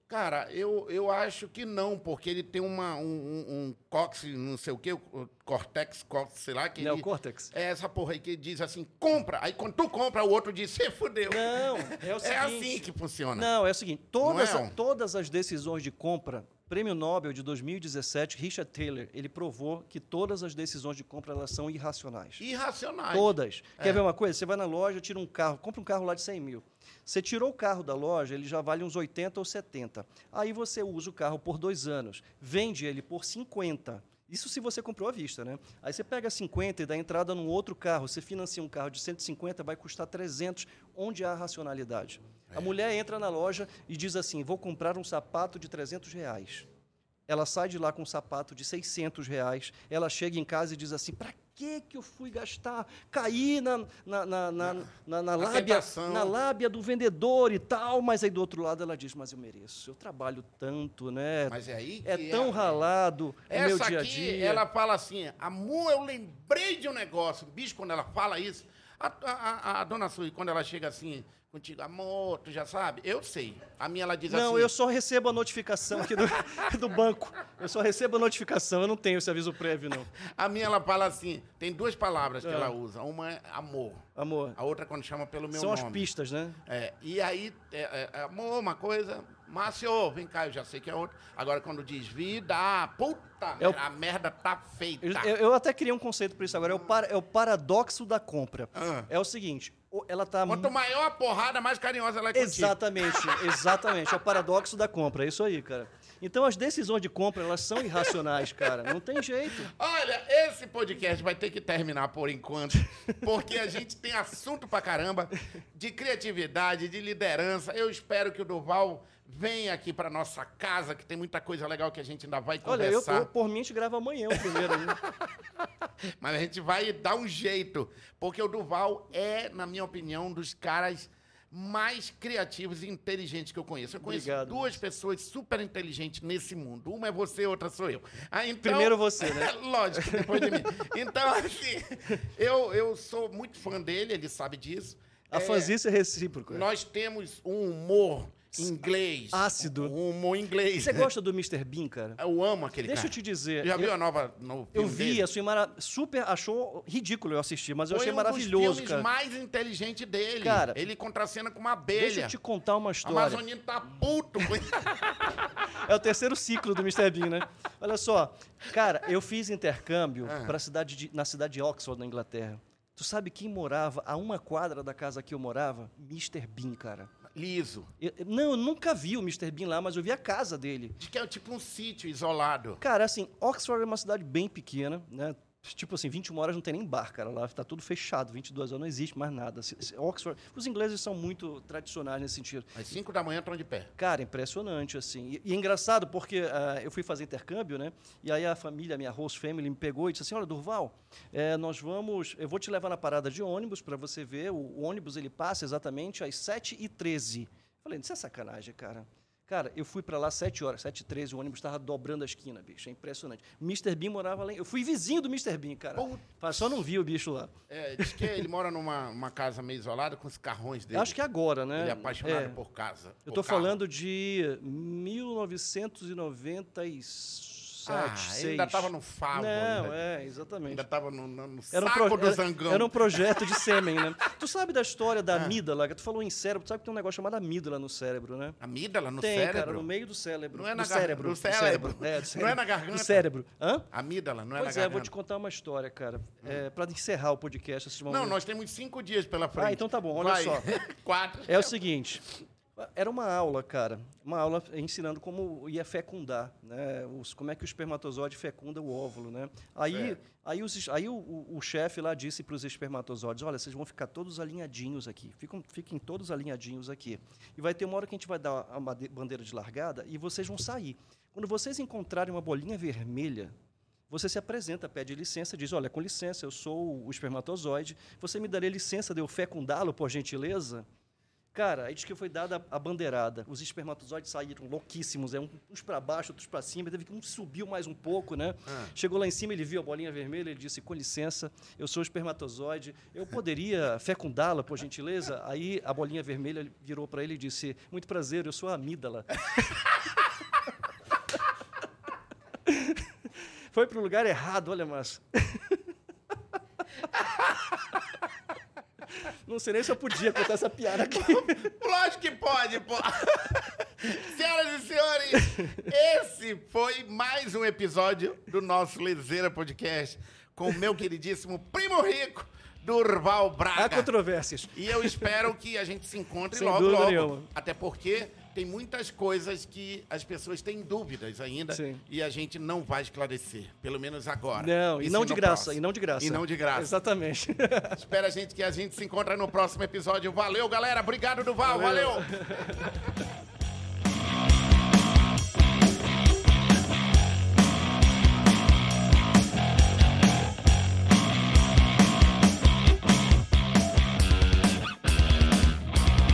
[SPEAKER 1] Cara, eu, eu acho que não, porque ele tem uma, um, um, um cox, não sei o quê, o cortex, cox, sei lá, que ele,
[SPEAKER 2] Neocórtex?
[SPEAKER 1] É essa porra aí que ele diz assim, compra. Aí quando tu compra, o outro diz, você fudeu.
[SPEAKER 2] Não, é o seguinte...
[SPEAKER 1] É assim que funciona.
[SPEAKER 2] Não, é o seguinte: todas,
[SPEAKER 1] Não é um?
[SPEAKER 2] todas as decisões de compra, Prêmio Nobel de 2017, Richard Taylor, ele provou que todas as decisões de compra elas são irracionais.
[SPEAKER 1] Irracionais.
[SPEAKER 2] Todas. Quer ver uma coisa? Você vai na loja, tira um carro, compra um carro lá de 100 mil. Você tirou o carro da loja, ele já vale uns 80 ou 70. Aí você usa o carro por dois anos, vende ele por 50. Isso se você comprou à vista, né? Aí você pega 50 e dá entrada num outro carro, você financia um carro de 150, vai custar 300, onde há racionalidade. A mulher entra na loja e diz assim, vou comprar um sapato de 300 reais. Ela sai de lá com um sapato de 600 reais. Ela chega em casa e diz assim: pra que que eu fui gastar? Caí na, na, na, na, na, na lábia,
[SPEAKER 1] tentação.
[SPEAKER 2] na lábia do vendedor e tal. Mas aí do outro lado ela diz: mas eu mereço, eu trabalho tanto, né?
[SPEAKER 1] Mas é aí que
[SPEAKER 2] é tão ralado o
[SPEAKER 1] Essa
[SPEAKER 2] meu dia a
[SPEAKER 1] aqui,
[SPEAKER 2] dia.
[SPEAKER 1] ela fala assim, amor, eu lembrei de um negócio. Bicho, quando ela fala isso, a, a- a- a dona Sui, quando ela chega assim contigo, amor, tu já sabe? Eu sei. A minha, ela diz
[SPEAKER 2] Não,
[SPEAKER 1] assim...
[SPEAKER 2] eu só recebo a notificação aqui do, do banco. Eu só recebo a notificação, eu não tenho esse aviso prévio, não.
[SPEAKER 1] A minha, ela fala assim, tem duas palavras que
[SPEAKER 2] Ah.
[SPEAKER 1] ela usa. Uma é amor,
[SPEAKER 2] Amor,
[SPEAKER 1] a outra é quando chama pelo Ah, meu
[SPEAKER 2] são
[SPEAKER 1] nome.
[SPEAKER 2] as pistas, né?
[SPEAKER 1] É, e aí, é, é, amor, uma coisa, Márcio, vem cá, eu já sei que é outra. Agora, quando diz vida, ah, puta,
[SPEAKER 2] É o-
[SPEAKER 1] merda, a merda tá feita.
[SPEAKER 2] Eu, eu- eu até criei um conceito para isso agora. É o, para- é o paradoxo da compra.
[SPEAKER 1] Ah.
[SPEAKER 2] É o seguinte, o- ela tá...
[SPEAKER 1] Quanto
[SPEAKER 2] mu-
[SPEAKER 1] maior a porrada, mais carinhosa ela é contigo.
[SPEAKER 2] Exatamente, exatamente. É o paradoxo da compra, é isso aí, cara. Então as decisões de compra, elas são irracionais, cara. Não tem jeito.
[SPEAKER 1] Olha, esse podcast vai ter que terminar por enquanto, porque a gente tem assunto pra caramba de criatividade, de liderança. Eu espero que o Duval venha aqui pra nossa casa, que tem muita coisa legal que a gente ainda vai
[SPEAKER 2] Olha, eu,
[SPEAKER 1] conversar.
[SPEAKER 2] eu, por mim, a gente grava amanhã o primeiro. né?
[SPEAKER 1] Mas a gente vai dar um jeito, porque o Duval é, na minha opinião, um dos caras mais criativos e inteligentes que eu conheço. Eu conheço
[SPEAKER 2] Obrigado.
[SPEAKER 1] duas pessoas super inteligentes nesse mundo. Uma é você, outra sou eu. Ah, então-
[SPEAKER 2] Primeiro você, né?
[SPEAKER 1] Lógico, depois de mim. Então, assim, eu, eu sou muito fã dele, ele sabe disso.
[SPEAKER 2] A
[SPEAKER 1] É,
[SPEAKER 2] fanzice é recíproca.
[SPEAKER 1] Nós temos um humor Inglês.
[SPEAKER 2] Ácido.
[SPEAKER 1] Humo inglês.
[SPEAKER 2] Você gosta do Mr. Bean, cara?
[SPEAKER 1] Eu amo aquele
[SPEAKER 2] Deixa eu
[SPEAKER 1] cara.
[SPEAKER 2] te dizer.
[SPEAKER 1] Já
[SPEAKER 2] eu-
[SPEAKER 1] viu a nova... No
[SPEAKER 2] Eu
[SPEAKER 1] filme
[SPEAKER 2] vi,
[SPEAKER 1] dele?
[SPEAKER 2] a sua Imara super achou ridículo eu assistir, mas eu
[SPEAKER 1] Foi
[SPEAKER 2] achei
[SPEAKER 1] um dos
[SPEAKER 2] maravilhoso,
[SPEAKER 1] filmes
[SPEAKER 2] cara.
[SPEAKER 1] mais inteligente dele.
[SPEAKER 2] Cara,
[SPEAKER 1] ele contracena com uma
[SPEAKER 2] Deixa
[SPEAKER 1] abelha.
[SPEAKER 2] eu te contar uma
[SPEAKER 1] O
[SPEAKER 2] história.
[SPEAKER 1] Amazonino tá puto com isso.
[SPEAKER 2] É o terceiro ciclo do Mr. Bean, né? Olha só. Cara, eu fiz intercâmbio
[SPEAKER 1] Ah.
[SPEAKER 2] pra cidade de- na cidade de Oxford, na Inglaterra. Tu sabe quem morava a uma quadra da casa que eu morava? Mr. Bean, cara.
[SPEAKER 1] Liso.
[SPEAKER 2] Eu- eu- não, eu nunca vi o Mr. Bean lá, mas eu vi a casa dele.
[SPEAKER 1] Diz que é tipo um sítio isolado.
[SPEAKER 2] Cara, assim, Oxford é uma cidade bem pequena, né? Tipo assim, 21 horas não tem nem bar, cara. Lá tá tudo fechado, 22 horas não existe mais nada. Se- se- Oxford, os ingleses são muito tradicionais nesse sentido.
[SPEAKER 1] Às 5 da manhã estão de pé.
[SPEAKER 2] Cara, impressionante, assim. E, e engraçado porque ah, eu fui fazer intercâmbio, né? E aí a família, minha host family, me pegou e disse assim, olha, Durval, eh, nós vamos... Eu vou te levar na parada de ônibus para você ver. O, o ônibus, ele passa exatamente às 7h13. Falei, isso é sacanagem, cara. Cara, eu fui para lá 7 horas, 7 h 13 o ônibus estava dobrando a esquina, bicho. É impressionante. O Mr. Bean morava lá. em- Eu fui vizinho do Mr. Bean, cara. Só não vi o bicho lá.
[SPEAKER 1] É, diz que ele mora numa uma casa meio isolada com os carrões dele.
[SPEAKER 2] Acho que agora, né?
[SPEAKER 1] Ele é apaixonado
[SPEAKER 2] É.
[SPEAKER 1] por casa.
[SPEAKER 2] Eu
[SPEAKER 1] por
[SPEAKER 2] tô
[SPEAKER 1] carro.
[SPEAKER 2] falando de 1997.
[SPEAKER 1] Ah, ele ainda tava no favo.
[SPEAKER 2] Não,
[SPEAKER 1] ainda,
[SPEAKER 2] é, exatamente.
[SPEAKER 1] ainda tava no, no- no
[SPEAKER 2] Era um,
[SPEAKER 1] saco
[SPEAKER 2] proje-
[SPEAKER 1] do
[SPEAKER 2] era-
[SPEAKER 1] zangão. É.
[SPEAKER 2] era um projeto de sêmen, né? Tu sabe da história da amígdala? que Tu falou em cérebro, tu sabe que tem um negócio chamado amígdala no cérebro, né?
[SPEAKER 1] Amígdala no
[SPEAKER 2] tem,
[SPEAKER 1] cérebro?
[SPEAKER 2] cara, no meio do cérebro.
[SPEAKER 1] Não é
[SPEAKER 2] do
[SPEAKER 1] na gar-
[SPEAKER 2] cérebro.
[SPEAKER 1] do cérebro.
[SPEAKER 2] É,
[SPEAKER 1] Não
[SPEAKER 2] do cérebro.
[SPEAKER 1] é na garganta.
[SPEAKER 2] Do cérebro. Hã?
[SPEAKER 1] Amígdala, não é
[SPEAKER 2] pois
[SPEAKER 1] na
[SPEAKER 2] é,
[SPEAKER 1] garganta.
[SPEAKER 2] vou te contar uma história, cara. É, pra encerrar o podcast. esse
[SPEAKER 1] Não,
[SPEAKER 2] momento.
[SPEAKER 1] nós temos cinco dias pela frente.
[SPEAKER 2] então tá bom, olha
[SPEAKER 1] Vai.
[SPEAKER 2] só.
[SPEAKER 1] Quatro.
[SPEAKER 2] É o seguinte. Era uma aula, cara. Uma aula ensinando como ia fecundar, né? Os, como é que o espermatozoide fecunda o óvulo, né? Aí,
[SPEAKER 1] Certo.
[SPEAKER 2] aí, os es- aí o, o- o chefe lá disse para os espermatozoides: olha, vocês vão ficar todos alinhadinhos aqui. Ficam, fiquem todos alinhadinhos aqui. E vai ter uma hora que a gente vai dar a made- bandeira de largada e vocês vão sair. Quando vocês encontrarem uma bolinha vermelha, você se apresenta, pede licença, diz: Olha, com licença, eu sou o espermatozoide. Você me daria licença de eu fecundá-lo, por gentileza? Cara, aí diz que foi dada a bandeirada. Os espermatozoides saíram louquíssimos, é, um- uns para baixo, outros para cima. Teve que um subiu mais um pouco, né? Chegou lá em cima, ele viu a bolinha vermelha, ele disse: Com licença, eu sou o espermatozoide, eu poderia fecundá-la, por gentileza? Aí a bolinha vermelha virou para ele e disse: Muito prazer, eu sou a amígdala. Foi pro lugar errado, olha, mas. Não sei nem se eu podia contar essa piada aqui.
[SPEAKER 1] Lógico que pode, pô. Senhoras e senhores, esse foi mais um episódio do nosso Lezeira Podcast com o meu queridíssimo primo rico, Durval Braga.
[SPEAKER 2] Há controvérsias.
[SPEAKER 1] E eu espero que a gente se encontre
[SPEAKER 2] Ah, Sem
[SPEAKER 1] logo,
[SPEAKER 2] dúvida
[SPEAKER 1] logo.
[SPEAKER 2] nenhuma.
[SPEAKER 1] Até porque tem muitas coisas que as pessoas têm dúvidas ainda
[SPEAKER 2] Sim.
[SPEAKER 1] e a gente não vai esclarecer, pelo menos agora.
[SPEAKER 2] Não, e
[SPEAKER 1] Isso
[SPEAKER 2] não de
[SPEAKER 1] no
[SPEAKER 2] graça,
[SPEAKER 1] próximo.
[SPEAKER 2] e não de graça.
[SPEAKER 1] E não de graça.
[SPEAKER 2] Exatamente.
[SPEAKER 1] Espera a gente que a gente se encontra no próximo episódio. Valeu, galera. Obrigado, Duval. Valeu.